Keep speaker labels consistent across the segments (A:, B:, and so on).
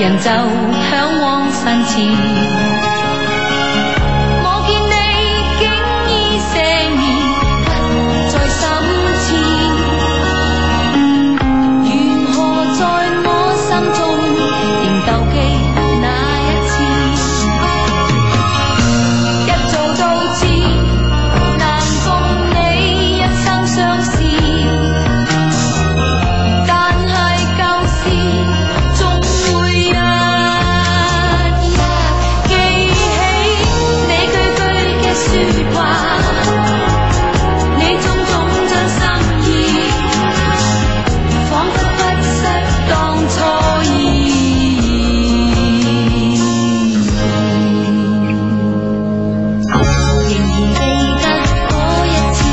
A: 人就向往新前。我見你竟已赦免，不再心切。緣何在我心中仍妒忌那一次？一早都知難共你一生相思。但係舊事，總會一一記起你句句嘅説話，你種種真心意，彷彿不失當初意。仍然記得嗰一次，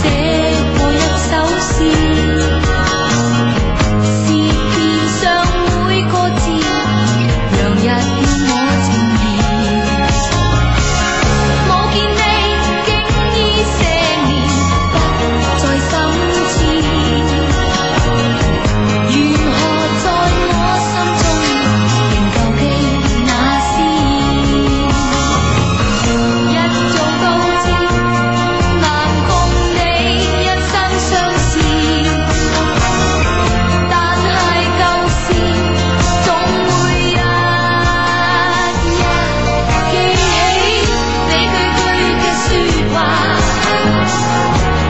A: 寫過一首詩，詩篇上每個字，洋溢我情意。我見你竟已赦免，不再心切，如何在我心中仍舊記那詩意？一早都知，難共你一生相思。但係舊事，總會一一記起你句句嘅説話，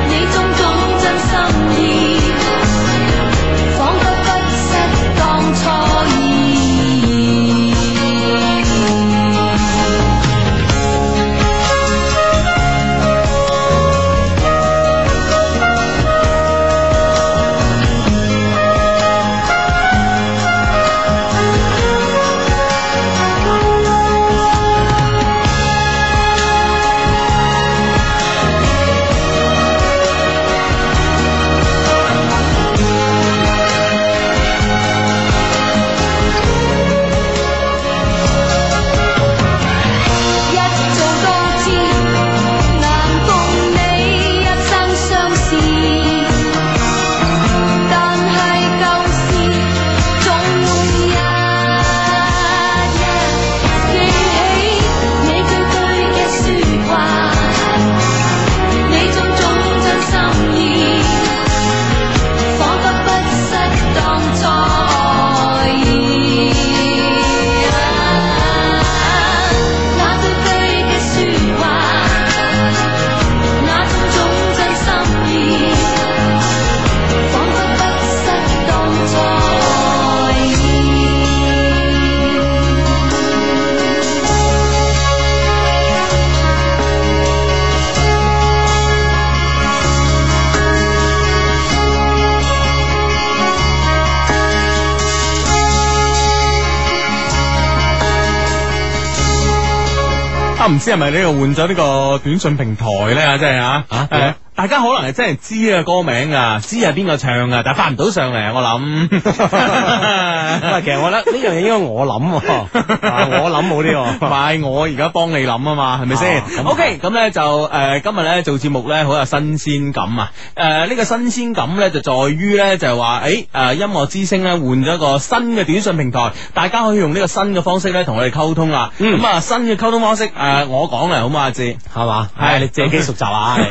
A: 你種種真心意，彷彿不失當初意。一早都知，難共你一生相思。但係舊事，總會一一記起你句句嘅説話，你種種真心意，彷彿不失當初愛意。那句句嘅説話，那種種真心意，彷彿不失當初愛意。
B: 啊，唔知係咪呢度換咗呢個短信平台咧？真係啊，
C: 啊
B: 誒大家可能係真係知啊歌名啊，知係邊個唱啊，但係發唔到上嚟啊，我諗。
C: 喂，其實我覺得呢樣嘢應該我諗喎， 啊我諗冇呢
B: 唔係我而家幫你諗啊嘛，係咪
C: 啊
B: 先？OK，咁咧就誒、呃今日咧做節目咧好有新鮮感啊！誒、呢、個新鮮感咧就在於咧就係話誒誒音樂之聲咧換咗個新嘅短信平台，大家可以用呢個新嘅方式咧同我哋溝通啦。咁
C: 嗯
B: 啊、新嘅溝通方式誒、呃我講嚟好嘛，阿志。
C: 個，係嘛？
B: 係
C: 係你借機熟習啊！ 你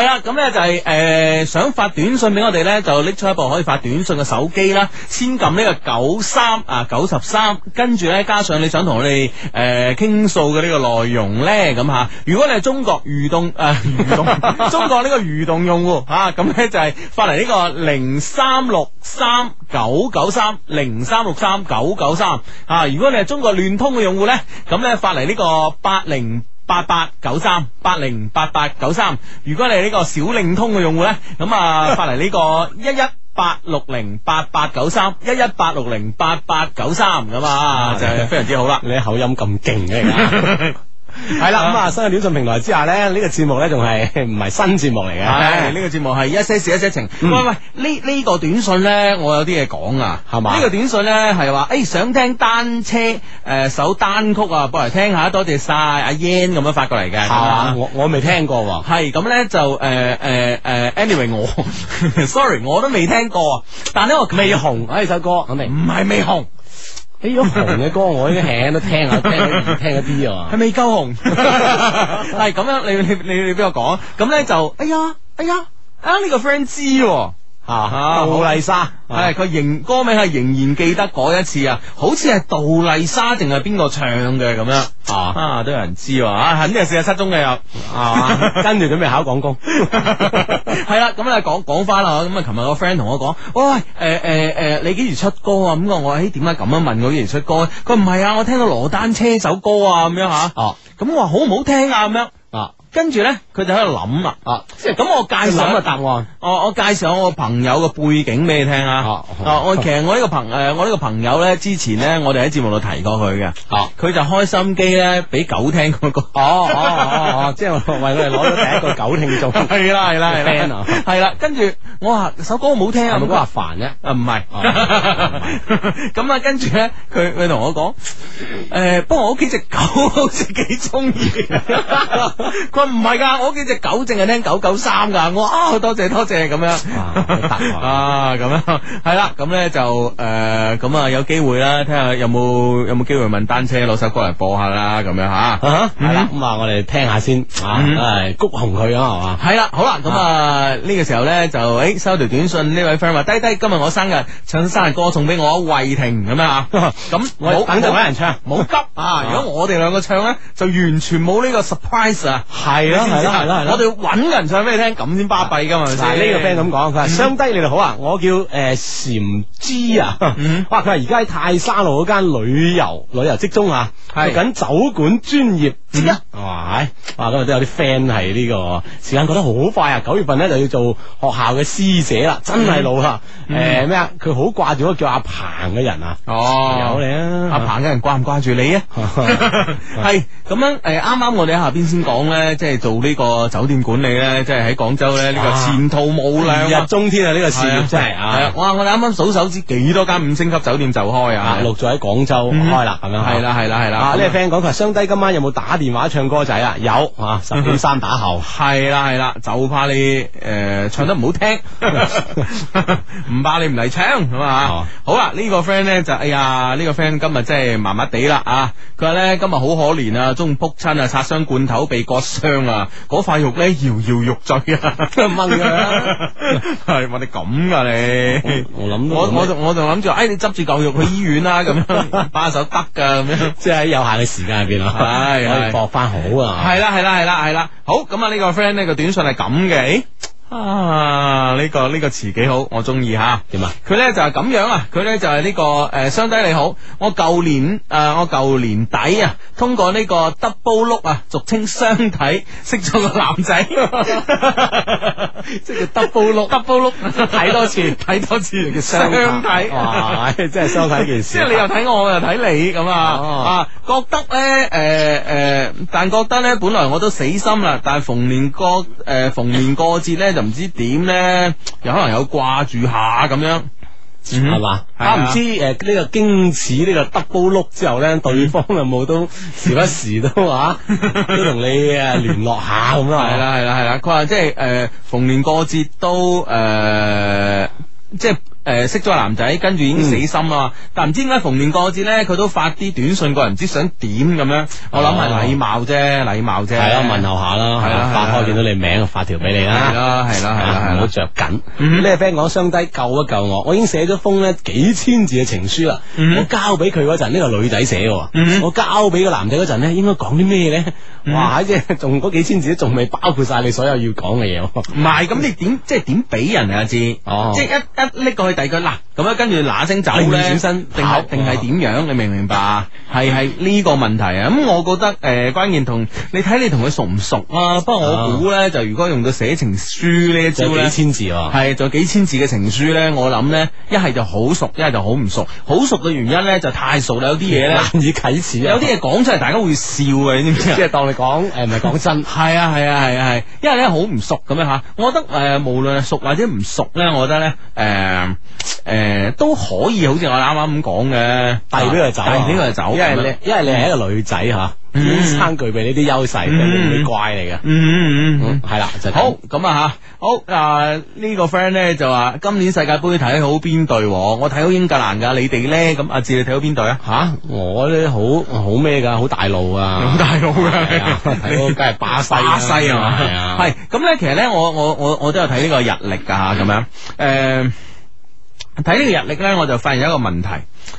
B: 系啦，咁咧就係呃想發短信俾我哋咧，就拎出一部可以發短信嘅手機啦，先撳呢個九三啊九十三，跟住咧加上你想同我哋诶倾诉嘅呢個內容咧，咁吓，如果你係中國移動诶移動 中國呢個移動用户吓，咁、咧就係發嚟呢個零三六三九九三零三六三九九三啊，如果你係中國聯通嘅用戶咧，咁咧發嚟呢個八零。八八九三八零八八九三。如果你係呢個小靈通嘅用戶呢，咁 啊發嚟呢個一一。八六零八八九三一一八六零八八九三咁 啊，就係非常之好啦。
C: 你啲口音咁勁嘅而家。 係啦，咁啊，新嘅短信平台之下咧，呢個節目咧仲係 唔係新節目嚟
B: 係
C: 嘅？
B: 呢個節目係一些事一些情。
C: 嗯
B: 喂喂，呢呢個短信咧，我有啲嘢講啊，
C: 係嘛
B: 呢個短信咧係話，誒想聽單車誒首單曲啊，播嚟聽下，多謝晒阿 Yan 咁樣發過嚟嘅。
C: 係嘛？我我未聽過喎。
B: 系咁咧就诶诶诶，anyway 我 sorry 我都未聽過啊，但呢我未
C: 紅啊！呢首歌肯定
B: 唔係未紅，
C: 呢啲紅嘅歌我已經輕都 聽下，聽咗聽咗啲啊
B: 係。未夠紅， 係咁樣，你你你你俾我講，咁咧就，哎呀，哎呀，啊呢個 friend 知喎。
C: 啊，杜麗莎
B: 系佢仍歌名系仍然記得嗰一次啊，好似係杜麗莎定係邊個唱嘅咁樣
C: 啊
B: 啊，都有人知喎啊，肯定係四日失蹤嘅 又。
C: 啊，跟住準備考 廣工，
B: 系啦，咁咧講講翻啦，咁啊，琴日個 friend 同我講，喂，诶诶诶，誒你幾時出歌啊？咁我話誒點解咁樣問我幾時出歌咧？佢話唔係啊，我聽到羅丹車首歌啊，咁樣 吓，
C: 哦
B: 咁我話好唔好聽啊？咁樣，
C: 啊
B: 跟住咧佢就喺度諗啦，
C: 啊，
B: 即係咁我介
C: 係
B: 紹
C: 諗
B: 啊
C: 嘅答案。
B: 我我介紹下我朋友嘅背景俾你聽啊
C: 哦！
B: 啊，我其實我呢個朋诶，我呢個朋友咧，之前咧，我哋喺節目度提過佢嘅。
C: 哦
B: 佢就開心機咧，俾狗聽嗰個。
C: 哦哦哦 哦，即係為我哋攞咗第一個九聽眾，係
B: 係啦係啦
C: friend 啊
B: 係啦。跟住我話首歌好唔好聽啊？
C: 咪講話 煩啫？
B: 啊，唔係
C: 哦，
B: 咁啊，跟住咧，佢佢同我講，诶，不過我屋企只狗 好似幾中意， 佢話唔係㗎，我屋企只狗淨係聽九九三㗎，我話啊，多謝多謝咁
C: 啊得
B: 樣，
C: 喎
B: 啊，咁樣係啦，咁咧就诶，咁啊有機會啦，睇下有冇有冇機會問單車攞首歌嚟播下啦，咁樣吓。
C: 係啦，咁啊，我哋聽下先啊，
B: 嗯
C: 係谷紅佢啊，係嘛？
B: 系啦，好啦，咁啊呢個時候咧就诶收條短信，呢位 friend 話：低低，今日我生日，唱生日歌送俾我，惠婷咁樣啊。 咁
C: 我
B: 冇
C: 等陣
B: 冇
C: 揾人唱，
B: 冇急啊！如果我哋兩個唱咧，就完全冇呢個 surprise 啊！
C: 係咯
B: 你知唔
C: 係
B: 知
C: 咯
B: 啊
C: 係咯係咯
B: 我哋要揾人唱俾你聽，咁先巴閉噶嘛？係咪
C: 嗱
B: 先
C: 呢個 friend 咁講，佢
B: 嗯
C: 話相低你哋好啊，我叫誒禪之啊
B: 嗯，
C: 哇佢話而家喺泰山路嗰間旅遊旅遊職中啊，做
B: 係嗯
C: 緊酒館專業之一，哇係哇今日都有啲 friend 係呢個時間過得好快啊，九月份咧就要做學校嘅師姐
B: 嗯
C: 啦，真係老啦，誒咩啊，佢好掛住嗰個叫阿鵬嘅人啊，有
B: 哦，
C: 你啊，
B: 阿 彭嘅 人掛唔掛住你啊？係咁樣誒，啱啱我哋喺下邊先講咧，即係做呢個酒店管理咧，即係喺廣州咧呢個
C: 啊
B: 前途無量
C: 如
B: 啊
C: 日！中天啊！呢個事
B: 係啊
C: 業真係
B: 係啊
C: 啊！，
B: 哇！我哋啱啱數手指幾多間五星級酒店就開啊
C: 啊，，陸續喺廣州
B: 嗯
C: 開啦，咁樣
B: 係。啦係啦係啦，。
C: 啊！呢個 friend 講佢話雙低今晚有冇打電話唱歌仔啊？有啊，十點三打後
B: 係啦係啦，就怕你誒、呃唱得唔好 聽，唔怕你唔嚟唱咁啊
C: 哦！
B: 好啦，呢、個 friend 咧就哎呀，呢、個 friend 今日真係麻麻地啦啊！佢話咧今日好可憐啊，中午撲親啊，擦傷罐頭，被割傷啊，嗰塊肉咧搖搖欲墜 啊，
C: 掹啊㗎啦
B: 係我哋咁噶你。
C: 我諗
B: 嗯
C: 都
B: 我我
C: 我
B: 就我就諗住，哎，你執住嚿肉去醫院啊啦，咁 樣把手得噶，咁樣。
C: 即係喺有限嘅時間入邊啊，
B: 係係
C: 可以搏翻好啊。
B: 係啦係啦係啦係啦，好咁啊！呢個 friend 呢個短信係咁嘅，誒啊呢個呢個詞幾好，我中意吓。
C: 點啊？
B: 佢咧就係咁樣啊！佢咧就係呢、個誒，雙、低你好，我舊年誒、呃我舊年底啊，通過呢個 double look 啊，俗稱雙體，識咗個男仔， 即係叫 double look，double look 睇多次，睇多次叫
C: 雙
B: 體，
C: 哇！ 真係相睇呢件
B: 即
C: 事。
B: 係你又睇我，我又睇你咁啊！
C: 哦
B: 啊，覺得咧，诶、诶、但覺得咧，本來我都死心啦，但係逢年過诶、逢年過節咧，就唔知點咧，有可能有掛住下咁樣，
C: 係
B: 係
C: 嘛？
B: 係啊
C: 啊，唔知誒呢個經此呢個 double look 之後咧，對方有冇都 時不時都啊，都同你誒聯絡下咁啦。
B: 係啦，係啦，係啦。佢話即係诶，逢年過節都诶、誒即係诶、誒識咗個男仔，跟住
C: 嗯
B: 已經死心啦嘛。但唔知點解逢年過節咧，佢都發啲短信過嚟，唔知想點咁樣。我諗係
C: 哦
B: 禮貌啫，禮貌啫。
C: 係啦，啊問候下啦，
B: 啊係啦
C: 係啦，
B: 係啊
C: 發
B: 啦
C: 開見到你名，發條俾你啦
B: 係。啦，係啦，係啦，
C: 啊
B: 係
C: 唔
B: 啦
C: 好。着緊。
B: 嗯
C: 呢個 friend 講雙低救一救我，我已經寫咗封咧幾千字嘅情書啦。
B: 嗯
C: 我交俾佢嗰陣，呢個女仔寫嘅
B: 嗯
C: 喎，我交俾個男仔嗰陣咧，應該講啲咩咧？哇！即係仲嗰幾千字都仲未包括晒你所有要講嘅嘢喎。
B: 唔係，咁你點即係點俾人啊？知，
C: 哦
B: 即係一一拎過去第二個嗱，咁樣跟住嗱聲走
C: 擰
B: 咧，
C: 轉身
B: 定
C: 跑哦
B: 係定係點樣？你明唔明白啊？係係呢個問題啊！咁我覺得誒關鍵同你睇你同佢熟唔熟
C: 啊
B: 啦。不過我估咧就如果用到寫情書呢一招
C: 哦仲有
B: 咧
C: 幾。千字喎。
B: 係，仲有幾千字嘅情書咧，我諗咧，一係就好熟，一係就好唔熟。好熟嘅原因咧，就太熟啦，有啲嘢咧
C: 難，以啟齒啊！
B: 有 啲嘢講出嚟，大家會笑嘅，你知唔知啊
C: 即？係當你講誒，唔係講真。
B: 系啊系啊系啊系，因為咧好唔熟咁樣吓，我覺得诶、呃、无论係熟或者唔熟咧，我覺得咧诶诶都可以，好似我啱啱咁講嘅，
C: 遞俾佢走啊，
B: 遞俾佢走，
C: 因為你因為你係一個女仔吓，天生具備呢啲優勢，
B: 嗯
C: 唔會怪你嘅。
B: 嗯嗯嗯
C: 嗯，。係啦，就係咁
B: 好咁啊吓，好啊呢個 friend 咧就話今年世界盃睇好邊隊喎？我睇好英格蘭㗎，你哋咧咁阿志你睇好邊隊啊？
C: 吓，我咧好好咩噶，好大路啊，
B: 佬
C: 係啊睇到梗係巴西啦
B: 巴西啊嘛，
C: 係啊
B: 係咁咧，其實咧，我我我我都有睇呢個日曆噶咁樣，誒睇呢個日曆咧，我就發現一個問題，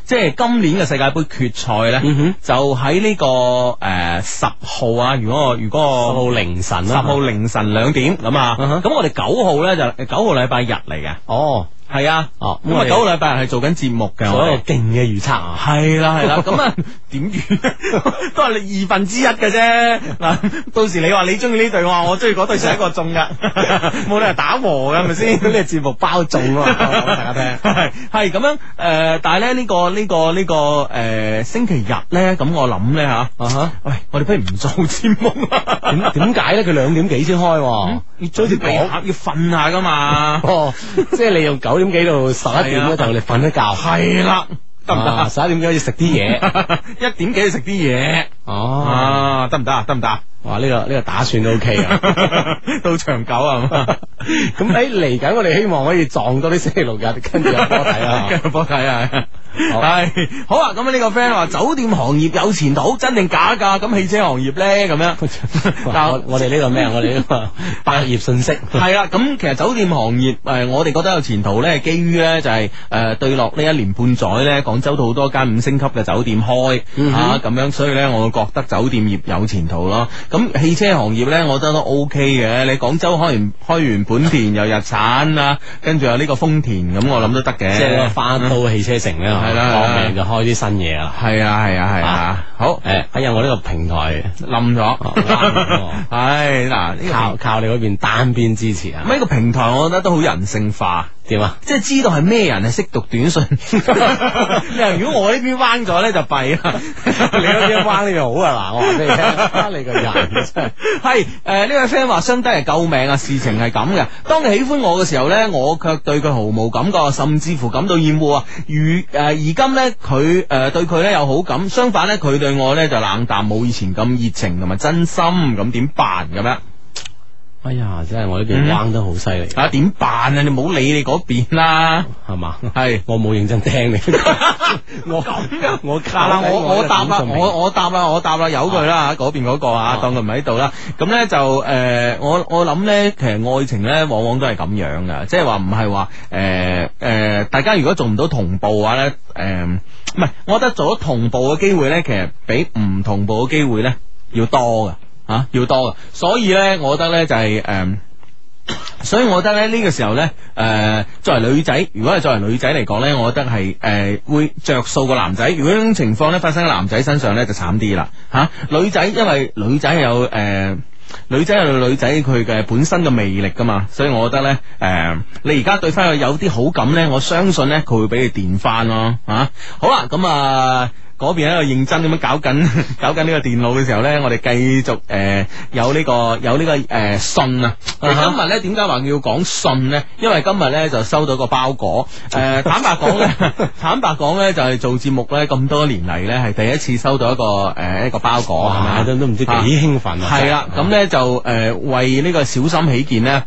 B: 即係今年嘅世界盃決賽咧，
C: 嗯哼
B: 就喺呢、個誒十號啊，如果我如果
C: 十
B: 我
C: 號凌晨啊
B: 十
C: 啦，
B: 號凌晨兩點咁啊，
C: 嗯哼
B: 咁我哋九號咧就九號禮拜日嚟嘅，
C: 哦，
B: 係啊，
C: 哦
B: 咁
C: 我
B: 啊
C: 哋
B: 九號禮拜日係做緊節目嘅，
C: 做
B: 我
C: 一
B: 哋
C: 個勁嘅預測啊，
B: 系啦系啦，咁 啊點預？ 都係你二分之一嘅啫。嗱，到時你話你中意呢對，我話我中意嗰對，上一個中噶， 冇理由打和噶，係咪先？
C: 呢個節目包中 啊嘛，講俾大家聽。
B: 係係咁樣誒、呃但係咧呢、呢個呢、個呢、個誒、呃星期日咧，咁我諗咧吓，
C: 啊哈，
B: 喂，我哋不如唔做節目啦，
C: 點點解咧？佢兩點幾先開喎
B: 嗯？ 要追住
C: 講
B: 要瞓下噶 嘛，
C: 哦，即係你用九點幾到十一
B: 係
C: 點
B: 啊
C: 嗰度，你瞓一覺，
B: 係啦，得唔
C: 啊
B: 得？
C: 十一點幾可以食啲嘢。
B: 一點幾食啲嘢
C: 哦，
B: 啊？得唔得啊？得唔得啊？
C: 哇！呢個呢個打算都 OK 啊。
B: 到長久啊係嘛？
C: 咁喺嚟緊，我哋希望可以撞多啲星期 六日，跟住有波睇啦。
B: 跟住波睇啊！
C: 好
B: 系好啊！咁呢個 friend 話酒店行業有前途，真定假㗎？咁汽車行業咧咁樣，
C: 哇我
B: 但
C: 我哋呢個咩啊？我哋呢 個百業信息。
B: 係啦，咁其實酒店行業誒、呃我哋覺得有前途咧，基於咧就係、誒、對落呢一年半載咧，廣州都好多間五星級嘅酒店開
C: 嗯哼
B: 啊咁樣，所以咧我覺得酒店業有前途咯。咁汽車行業咧，我覺得都 O K 嘅。你廣州開完開完本田又日產啊，跟住有呢個豐田，咁我諗都得嘅。
C: 即係花都汽車城咧，
B: 係啦係
C: 搏
B: 啦
C: 命就開啲新嘢啦。
B: 係啊係啊係啊
C: 啊，
B: 好
C: 誒，哎呀，我呢個平 台
B: 冧
C: 哦冧
B: 咗，唉嗱呢
C: 靠
B: 個
C: 靠你嗰邊單邊支持啊
B: 平，呢個平台我覺得都好人性化。
C: 點啊？
B: 即係知道係咩人係識讀短 信， 你話如果我呢邊彎咗咧就弊 啦，
C: 你嗰邊彎呢就好啊！嗱，我話俾你聽，啊你個 人真係
B: 系诶呢位 friend 話相低係救命啊！事情係咁嘅，當你喜歡我嘅時候呢，我卻對佢毫無感覺，甚至乎感到厭惡啊！如诶、而今呢，佢诶、呃、对佢呢有好感，相反呢，佢對我呢就冷淡，冇以前咁熱情同埋真心，咁點辦咁樣？
C: 哎呀，真係我呢邊彎得好犀利，
B: 啊點辦啊？你冇理你嗰邊啦，
C: 係嘛？
B: 係。
C: 我冇認真聽你，我
B: 嗱
C: 我靠
B: 啦，我我答啦，我
C: 我
B: 我答啦，我答啦，由佢啦，嗰邊嗰個啊
C: 啊，
B: 當佢唔喺度啦。咁咧就誒、呃我我諗咧，其實愛情咧，往往都係咁樣噶，即係話唔係話誒誒，大家如果做唔到同步嘅話咧，誒、唔係，我覺得做咗同步嘅機會咧，其實比唔同步嘅機會咧要多噶，嚇、要多噶。所以咧，我覺得咧就係、誒。所以我覺得咧呢、呢個時候咧，誒、作為女仔，如果係作為女仔嚟講咧，我覺得係誒、呃會着數個男仔。如果呢種情況咧發生喺男仔身上咧，就慘啲啦嚇。女仔因為女仔有呃誒。女仔有女仔佢嘅本身嘅魅力噶嘛，所以我覺得咧，誒、你而家對翻佢有啲好感咧，我相信咧佢會俾你電翻咯，嚇、好啦，咁啊。嗰邊喺度認真咁樣搞緊 搞緊呢個電腦嘅時候咧，我哋繼續誒、呃有呢、個有呢、個誒、呃信啊！其實今日咧點解話要講信咧？因為今日咧就收到個包裹誒、 呃坦白講咧，坦白講咧就係、做節目咧咁多年嚟咧係第一次收到一個誒、呃一個包裹係
C: 哇
B: 咪
C: 哦都都唔知幾
B: 啊
C: 興奮啊！
B: 係啦，咁咧就诶、呃為呢個小心起見咧，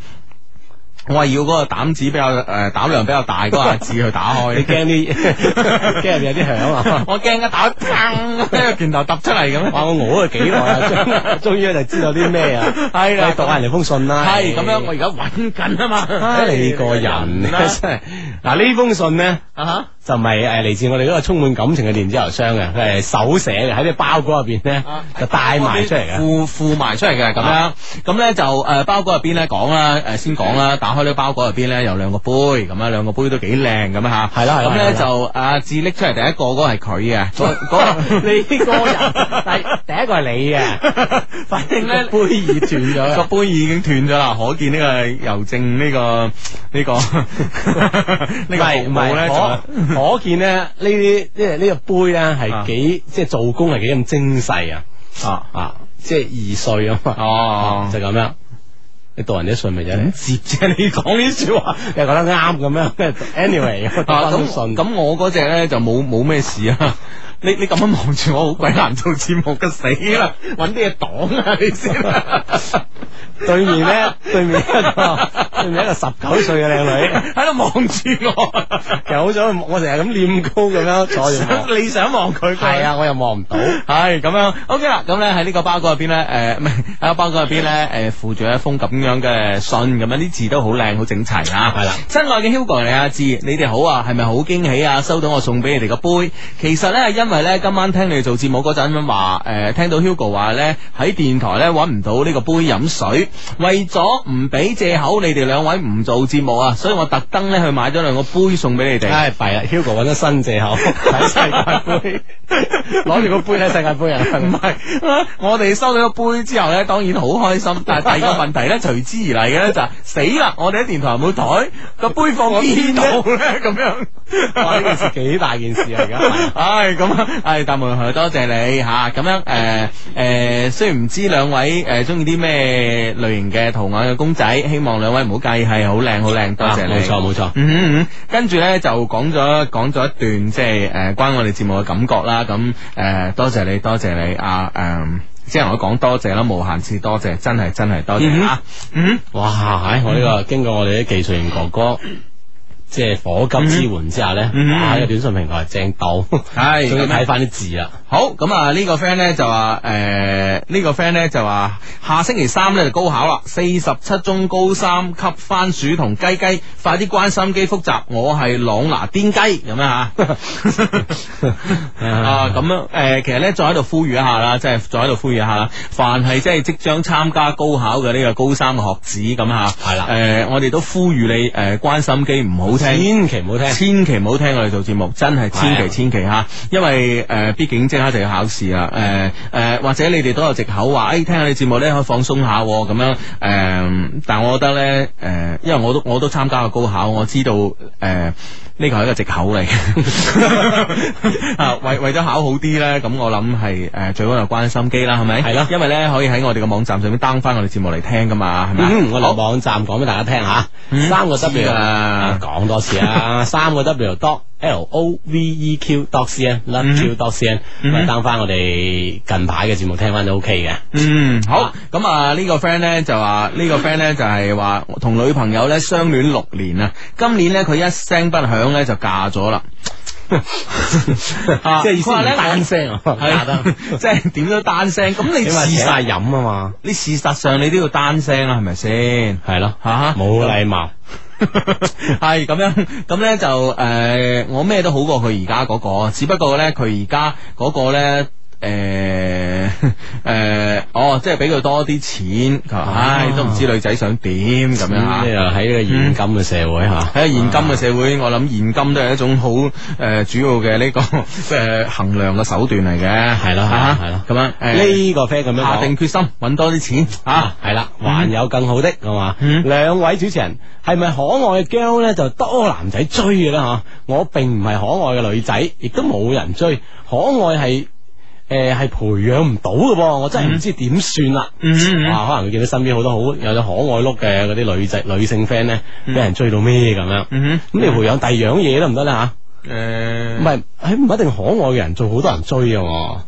B: 我係要嗰個膽子比較诶、呃、胆量比較大嗰個阿志去打開。
C: 你驚啲 驚入邊有啲響啊！
B: 我驚一打砰，個拳頭揼出嚟咁樣。
C: 哇！我熬咗幾耐 啊，終終於就知道啲咩啊！
B: 係啦
C: 喂讀下人哋封信啦，
B: 係咁樣，我而家揾緊啊嘛。
C: 啊你個人真
B: 啊
C: 係嗱呢封信咧。
B: 啊哈
C: 就唔係誒嚟自我哋嗰個充滿感情嘅電子郵箱嘅，佢係手寫嘅，喺啲包裹入邊咧
B: 啊
C: 就帶埋出嚟啊嘅。
B: 附附啊埋出嚟嘅咁樣，咁咧就誒包裹入邊咧講啦，誒先講啦，打開呢個包裹入邊咧有兩個杯，咁啊兩個杯都幾靚咁啊樣嚇，
C: 係啦係啦
B: 咁
C: 係啦啊
B: 咧就阿志拎出嚟第一個嗰個係佢嘅， 嗰嗰個
C: 你個人，第第一個係你嘅， 反 正咧杯已斷咗
B: 個
C: 啦。
B: 杯已經斷咗啦，可見呢個郵政呢、個呢、個呢個服
C: 唔
B: 務咧，哦
C: 係， 可可見咧呢啲即係呢個杯咧係幾即係做工係幾咁精細啊
B: 就啊
C: 啊！即係易碎啊嘛，
B: 哦
C: 就咁樣。你讀人啲信咪就係
B: 點接啫？你講呢啲説話。
C: 你又覺得啱咁樣。Anyway，
B: 啊咁
C: 信
B: 咁我嗰只咧就冇冇咩事啊。 你你咁樣望住我，好鬼難做節目嘅死啦！揾啲嘢擋啊你先。啊
C: 對面 咧，對面一 個，對面一個十九歲嘅靚女，
B: 喺度望住
C: 其實好想我成日咁念高咁 樣坐住望，
B: 我，你想望佢
C: 係啊，我又望唔到。
B: 係咁樣，OK 啦。咁咧喺呢個包裹入邊咧，誒、唔係喺個包裹入邊咧，誒、附住一封咁樣嘅信，咁樣啲字都好靚，好整齊啊。
C: 係啦
B: 親愛嘅 Hugo 你阿志，你哋好啊，係咪好驚喜啊？收到我送俾你哋嘅杯，其實咧因為咧今晚聽你哋做節目嗰陣話，誒、聽到 Hugo 話咧喺電台咧揾唔到呢個杯飲水，為咗唔俾借口你哋兩位唔做節目啊，所以我特登咧去買咗兩個杯送俾你哋。
C: 唉，弊啦，Hugo 揾咗新借 口睇世界 杯，攞住個杯睇世界杯啊！
B: 唔係，我哋收到個杯之後咧，當然好開心。但係第二個問題咧，隨之而嚟嘅咧就係死啦！我哋喺電台冇台，個杯放邊度咧？咁樣，
C: 哇，呢件事幾大件事啊！而家係
B: 唉，咁啊，唉，大門佢多謝你吓，咁樣誒誒，雖然唔知兩位誒中意啲咩類型嘅圖案嘅公仔，希望兩位唔好介意，係好靚好靚，多謝你。
C: 啊冇錯冇錯。
B: 嗯哼嗯哼，跟住咧就講咗講咗一段即係誒、呃、關我哋節目嘅感覺啦。咁誒、呃多謝你，多謝你啊誒、即係我講多謝啦，無限次多謝，真係真係多謝、啊！嗯
C: 哇！唉，我呢個經過我哋啲技術型哥哥。即係火急支援之下咧，
B: 嗯哼哎
C: 哇！呢個短信平台正到，
B: 係
C: 仲要
B: 咁樣
C: 睇翻啲字啦。
B: 好咁啊！呢個 friend 咧就話誒，呢個 friend 咧就話下星期三咧就高考啦，四十七中高三級番薯同雞雞，快啲關心機複習，我係朗拿癲雞咁樣吓。 啊，咁樣誒、其實咧，再喺度呼籲一下啦，即係再喺度呼籲一下啦。凡係即係即將參加高考嘅呢個高三嘅學子咁吓，
C: 係啦
B: 誒、我哋都呼籲你誒、關心機，唔好聽。
C: 千祈唔好聽。
B: 千祈唔好聽我哋做節目，真係千
C: 係
B: 祈
C: 啊
B: 千祈吓，因為誒，呃畢、竟即刻就要考試啦，誒、
C: 嗯
B: 誒、或者你哋都有藉口話，誒、哎聽下你節目咧可以放鬆下喎咁樣，誒、呃但我覺得咧，誒、因為我都我都參加過高考，我知道誒。呃呢個係一個藉口嚟， 啊為為咗考好啲咧，咁我諗係誒最好就關心機啦，係咪？
C: 係咯
B: 因為咧可以喺我哋嘅網站上面 down 翻我哋節目嚟聽噶嘛，係咪啊？
C: 嗯，我哋
B: 好
C: 網站講俾大家聽吓，
B: 嗯
C: 三個
B: 知
C: W
B: 㗎啦
C: 啊講多次 啊，三個 W dot L O V E Q dot C N love Q dot C N，
B: 嗯
C: 咁啊 down 翻我哋近排嘅節目聽翻都 OK 嘅。
B: 嗯，好，咁啊呢個 friend 咧就話呢個 friend 咧就係話同女朋友咧相戀六年啊，今年咧佢一聲不響咧就嫁咗 啦，啊
C: 即係意思
B: 佢話
C: 唔
B: 咧
C: 單聲啊，打得
B: 係 即係點都單聲，咁你
C: 起碼
B: 事
C: 請晒
B: 實
C: 飲啊嘛，
B: 你事實上你都要單聲啊啦，係咪先？
C: 係咯，
B: 吓
C: 冇禮貌，
B: 系咁樣，咁咧就诶、呃我咩都好過佢而家嗰個，只不過咧佢而家嗰個咧。诶诶、 呃哦，即係俾佢多啲錢，佢
C: 啊
B: 話唉，都唔知女仔想點咁樣啊
C: 咁你。又喺呢個現今嘅社會吓，
B: 喺現今嘅社會，我諗現金都係一種好誒、呃主要嘅呢、個 呃衡量嘅手段嚟嘅，
C: 係咯係咯
B: 啊
C: 係咯
B: 咁樣誒，
C: 呢個 friend 咁樣
B: 下
C: 講
B: 定決心揾多啲錢啊
C: 啊，，系啦，還有更好的係嘛？
B: 嗯
C: 兩位主持人係咪可愛嘅 girl 咧就多男仔追嘅啦吓？我並唔係可愛嘅女仔，亦都冇人追，可愛係。誒係、培養唔到嘅噃，我真係唔知點算啦。
B: 嗯嗯嗯
C: 啊，可能佢見到身邊好多好有咗可愛碌嘅嗰啲女仔女性 friend 咧，俾
B: 嗯
C: 人追到咩咁樣？咁、
B: 嗯呃
C: 你培養第二樣嘢得唔得咧吓？
B: 哼，誒
C: 唔係，係唔一定可愛嘅人做好多人追嘅喎，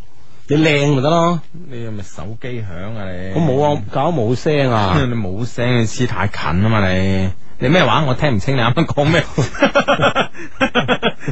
C: 你靚咪得咯。
B: 你係咪手機響啊你
C: 我冇啊，搞冇聲啊。
B: 你冇聲，你黐太近啊嘛你。你咩話？我聽唔清你 啱啱講咩？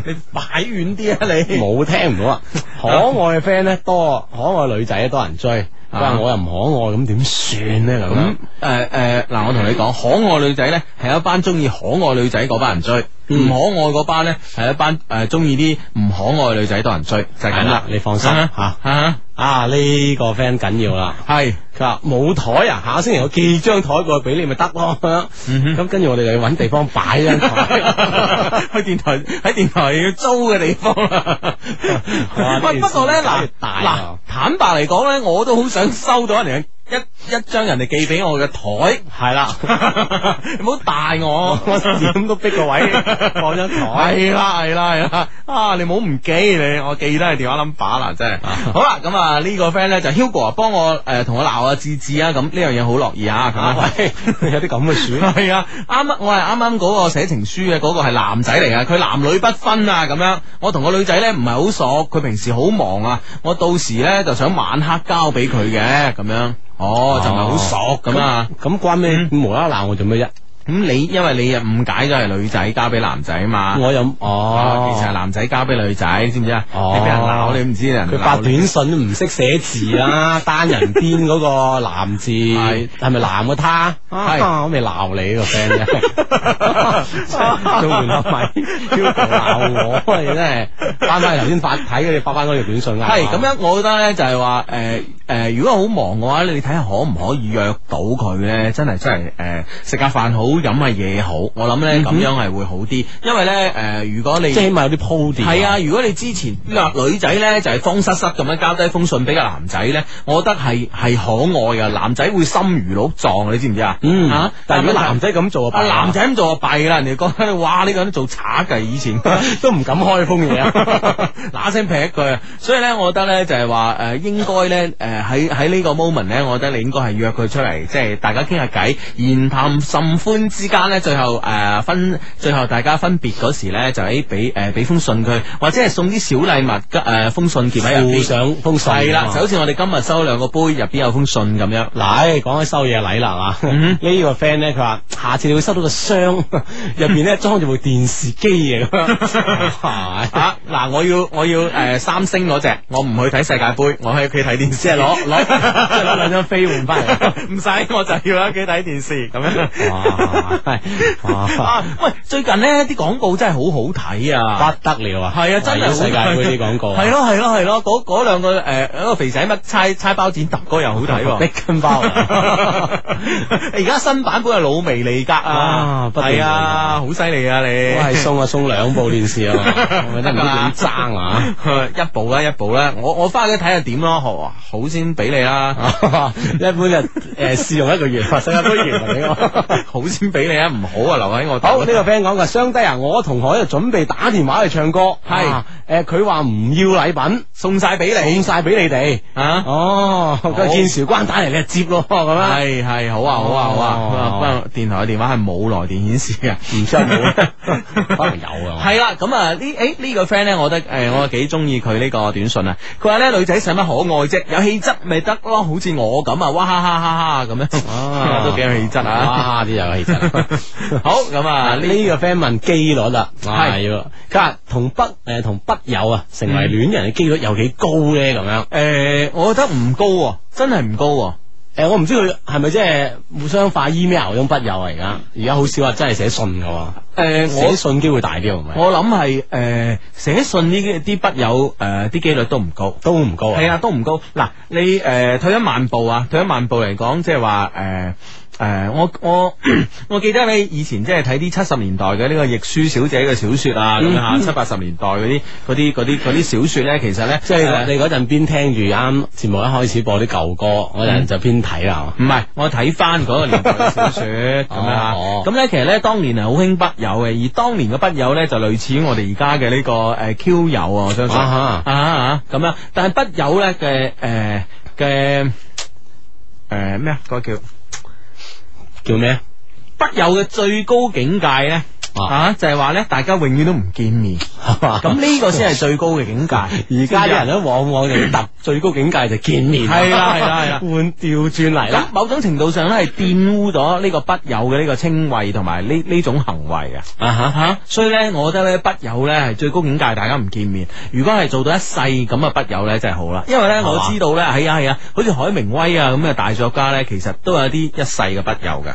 B: 你擺遠啲啊你！
C: 冇聽唔到 啊！可愛嘅 friend 咧多，可愛女仔咧多人追。佢話
B: 啊嗯
C: 我又唔可愛，咁點算咧？咁樣
B: 咁誒誒嗱，我同你講，可愛女仔咧係一班中意可愛女仔嗰班人追，唔、
C: 嗯
B: 可愛嗰班咧係一班誒中意啲唔可愛女仔多人追，就係咁
C: 係啦
B: 啦。
C: 你放心
B: 啊啊
C: 啊呢個 friend 緊要啦。
B: 係
C: 佢話冇台啊，下星期我寄張台過去俾你咪得咯。咁樣
B: 嗯哼
C: 咁跟住我哋就要揾地方擺張台。
B: 去電台喺電台要租嘅地方啦。
C: 哇
B: 喂，不過咧
C: 呢件事
B: 嗱
C: 越大
B: 嗱
C: 啊，
B: 坦白嚟講咧，我都好想收到人哋嘅一一张人哋寄俾我嘅台，
C: 系啦，
B: 你唔好大 我。
C: 我点都逼个位放张台。
B: 系啦系啦系啦，啊你唔好唔記你，我記得你電話 number 啦，真係。好啦，咁啊呢個 friend 咧就 Hugo 啊，幫我誒同我鬧啊志志啊，咁呢樣嘢好樂意啊，咁
C: 啊
B: 啊。
C: 喂，有啲咁嘅選，
B: 系啊，啱啱我係啱啱嗰個寫情書嘅嗰個係男仔嚟啊噶，佢男女不分啊咁樣。我同個女仔咧唔係好熟，佢平時好忙啊，我到時咧就想晚黑交俾佢嘅咁樣。哦，就唔係好熟咁啊。
C: 哦咁關咩無啦啦鬧我做咩啫？
B: 咁你因為你啊誤解咗係女仔交俾男仔嘛。
C: 我有
B: 哦，
C: 哦，
B: 其實係男仔交俾女仔，知唔知啊？
C: 哦
B: 你俾人鬧你唔知人
C: 佢
B: 鬧
C: 發
B: 你
C: 短信都唔識寫字 啦，單人邊嗰個男字
B: 係
C: 係咪男嘅他？
B: 係
C: 啊我未鬧你呢個 friend 啫，仲換我咪 Hugo 鬧我，你真係翻翻頭先發睇佢哋發翻嗰條短信啊，
B: 係咁樣，我覺得咧就係話誒誒，如果好忙嘅話，你睇下可唔可以約到佢咧？真係真係誒，食下飯好，飲下嘢好。我諗
C: 嗯
B: 咧咁樣係會好啲，因為咧誒，如果你
C: 即係起碼有啲鋪墊。
B: 係啊，如果你之前嗱女仔咧就係慌失失咁樣交低封信俾個男仔咧，我覺得係係可愛噶，男仔會心如鹿撞，你知唔知啊？
C: 嗯
B: 啊，
C: 但係如果男
B: 仔咁做
C: 就
B: 啊
C: 弊啦
B: 男仔咁做就弊啦，人哋覺得你哇呢個人都做賊㗎，以 前。
C: 都唔敢開封嘢啊！
B: 嗱聲劈佢啊！所以咧，我覺得咧就係話誒，應該咧誒喺喺呢個 moment 咧，我覺得你應該係約佢出嚟，即係大家傾下偈，言談甚歡之間咧，最後誒、呃分，最後大家分別嗰時咧，就喺俾誒俾封信佢，或者係送啲小禮物誒、呃封信夾喺入
C: 附
B: 邊。
C: 上封信
B: 係啦，
C: 啊
B: 就好似我哋今日收兩個杯，入邊有封信咁樣。
C: 嗱，唉講起收嘢禮啦嚇，
B: 嗯
C: 呢個 friend 咧佢話下次你會收到個箱， 入邊咧裝住部電視機嘅咁樣，係
B: 啊！嗱，我要我要誒、呃三星嗰只，我唔去睇世界盃，我喺屋企睇電視，即係攞 攞
C: 即 係攞兩張飛換翻嚟。
B: 唔使，我就要喺屋企睇電視咁
C: 哇
B: 樣。
C: 係哇
B: 啊，喂，最近呢啲廣告真係好好睇啊！
C: 不得了啊！
B: 係啊，真係好
C: 世界盃啲廣告啊，
B: 係咯係咯係咯，嗰嗰兩個誒一個肥仔乜猜猜包剪揼嗰個又好睇
C: 逼
B: 喎。
C: 根包啊。
B: 而家新版本係老微利格啊
C: 啊，不得了
B: 係啊，好犀利啊你！
C: 我係送啊送兩部電視啊， 我覺得唔知點爭啊！
B: 一步啦，一步啦，我我翻去睇下點咯，好好先俾你啦，
C: 一般就誒試用一個月，世界盃完啦俾我。
B: 好先俾你啊，唔好啊，留喺我度。
C: 好呢、個 friend 講嘅，雙低啊！我同學喺度準備打電話去唱歌，
B: 係
C: 啊誒佢話唔要禮品，
B: 送晒俾
C: 送
B: 你
C: 晒俾你哋。
B: 啊！
C: 哦，佢見韶關打嚟，你就接咯咁樣。
B: 系系好啊好啊好啊！
C: 哦
B: 不過電台嘅電話係冇來電顯示嘅。
C: 唔知有冇咧？ 可能有啊。
B: 係啦，咁啊呢诶呢個 friend 咧，我覺得诶我幾中意佢呢個短信啊。佢話咧女仔使乜可愛啫，有氣質咪得咯，好似我咁啊，哇哈哈哈哈咁 樣，都幾有氣質啊！
C: 哦哇！啲有氣質。
B: 好咁啊
C: 啊！
B: 呢。
C: 呢個 friend 問機率啦，
B: 係
C: 要佢話同北誒同北友啊，成
B: 嗯
C: 為戀人嘅機率有幾高咧？咁樣
B: 诶、我覺得唔高、喎，真係唔高、喎。
C: 誒，我唔知佢係咪即係互相發 email 咁北友啊？而家而家好少話真係寫信噶喎。
B: 诶、
C: 寫信機會大啲，係
B: 我
C: 咪？
B: 我諗係诶寫信呢啲啲筆友诶呃啲機率都唔高。
C: 都唔高啊。
B: 係啊，都唔高。嗱，你誒、呃退一萬步啊，退一萬步嚟講，即係話誒。誒、我我我記得你以前即係睇啲七十年代嘅呢個亦舒小姐嘅小説啊，
C: 嗯
B: 咁樣嚇七八十年代嗰啲嗰啲嗰啲嗰啲小説咧，其實咧
C: 即係
B: 呃
C: 你嗰陣邊聽住啱節目一開始播啲舊歌，我
B: 嗯
C: 人就邊睇啦，
B: 唔係，我睇翻嗰個年代嘅小 說咁樣啊
C: 哦。
B: 咁咧，其實咧，當年係好興筆友嘅，而當年嘅筆友咧就類似於我哋而家嘅呢個誒 Q 友啊，我相信
C: 啊哈
B: 啊啊咁樣。但係筆友咧嘅誒嘅誒咩啊？嗰個叫
C: 叫咩？
B: 筆友嘅最高境界咧
C: 啊
B: 啊，就係話咧，大家永遠都唔見面， 咁
C: 咁
B: 呢個先係最高嘅 境界。
C: 而家啲人咧，往往就達最高境界就見面，
B: 係啦係啦係啦
C: 換調轉嚟
B: 咁
C: 啦。
B: 某種程度上咧，係玷污咗呢個筆友嘅呢個稱謂同埋呢呢種行為啊！
C: 啊
B: 啊
C: 哈，
B: 哈！所以咧，我覺得咧，筆友咧係最高境界，大家唔見面。如果係做到一世咁嘅筆友咧，真係好啦。因為咧，
C: 係嘛
B: 我知道咧，係啊係啊，好似海明威啊咁嘅大作家咧，其實都有啲一世嘅筆友嘅。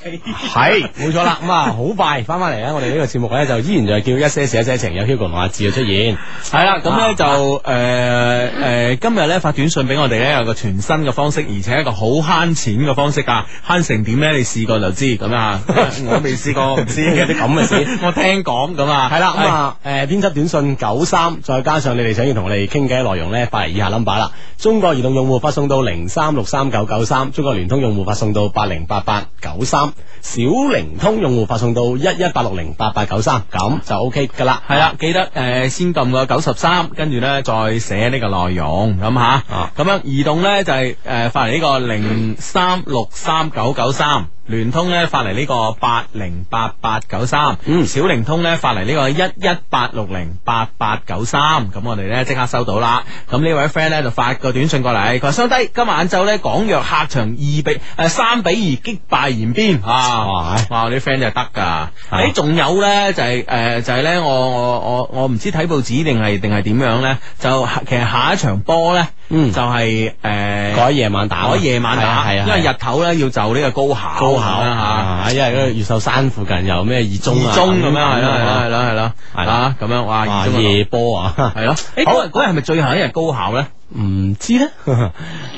C: 系冇错啦，咁啊好快翻翻嚟咧，我哋呢个节目咧就依然就係叫一些事一些情，有 Hugo 同阿志嘅出现，
B: 系啦，咁
C: 啊
B: 咧就诶诶，今日咧發短信俾我哋咧有個全新嘅方式，而且一個好慳錢嘅方式啊！慳成點咧？你試過就知咁 啊！我未試過，唔知
C: 有啲咁嘅 事，
B: 我聽講咁啊，
C: 系啦，咁啊，诶，编辑短信九三，再加上你哋想要同我哋傾偈內容呢，發嚟以下 number 啦。中國移動用戶發送到零三六三九九三，中國聯通用戶發送到八零八八九三，小靈通用戶發送到一一八六零八八九三，咁就 OK 噶啦。
B: 係啦，記得诶、呃先撳個九十三，跟住咧再寫呢個內容咁吓
C: 啊，
B: 咁樣移動咧就係、呃發嚟呢個零三六三九九三。聯通咧發嚟呢個八零八八九三，
C: 嗯
B: 小靈通咧發嚟呢個一一八六零八八九三，咁我哋咧即刻收到啦。咁呢位 friend 咧就發個短信過嚟，佢話：相低今晚晏晝咧廣藥客場二比誒三比二擊敗延
C: 嗯
B: 邊啊！
C: 哇
B: 哇！我啲 friend 就得㗎。
C: 係
B: 誒仲有咧就係、呃就係、咧，我我我我唔知睇報紙定係定係點樣咧，就其實下一場波咧，
C: 嗯
B: 就係、呃
C: 改夜晚打，
B: 改夜晚打，
C: 係啊，
B: 因為
C: 係啊
B: 日頭咧要就呢個高考
C: 高考
B: 啦
C: 啊，因為嗰個越秀山附近有咩二
B: 嚇，
C: 中啊
B: 二中咁樣係啦
C: 啊
B: 係啦係啦係啦，
C: 係啦
B: 啊咁樣哇
C: 哇
B: 二中
C: 夜波啊。
B: 係咯，誒
C: 好
B: 嗰日嗰日係咪最後一日高考咧？
C: 唔知 咧，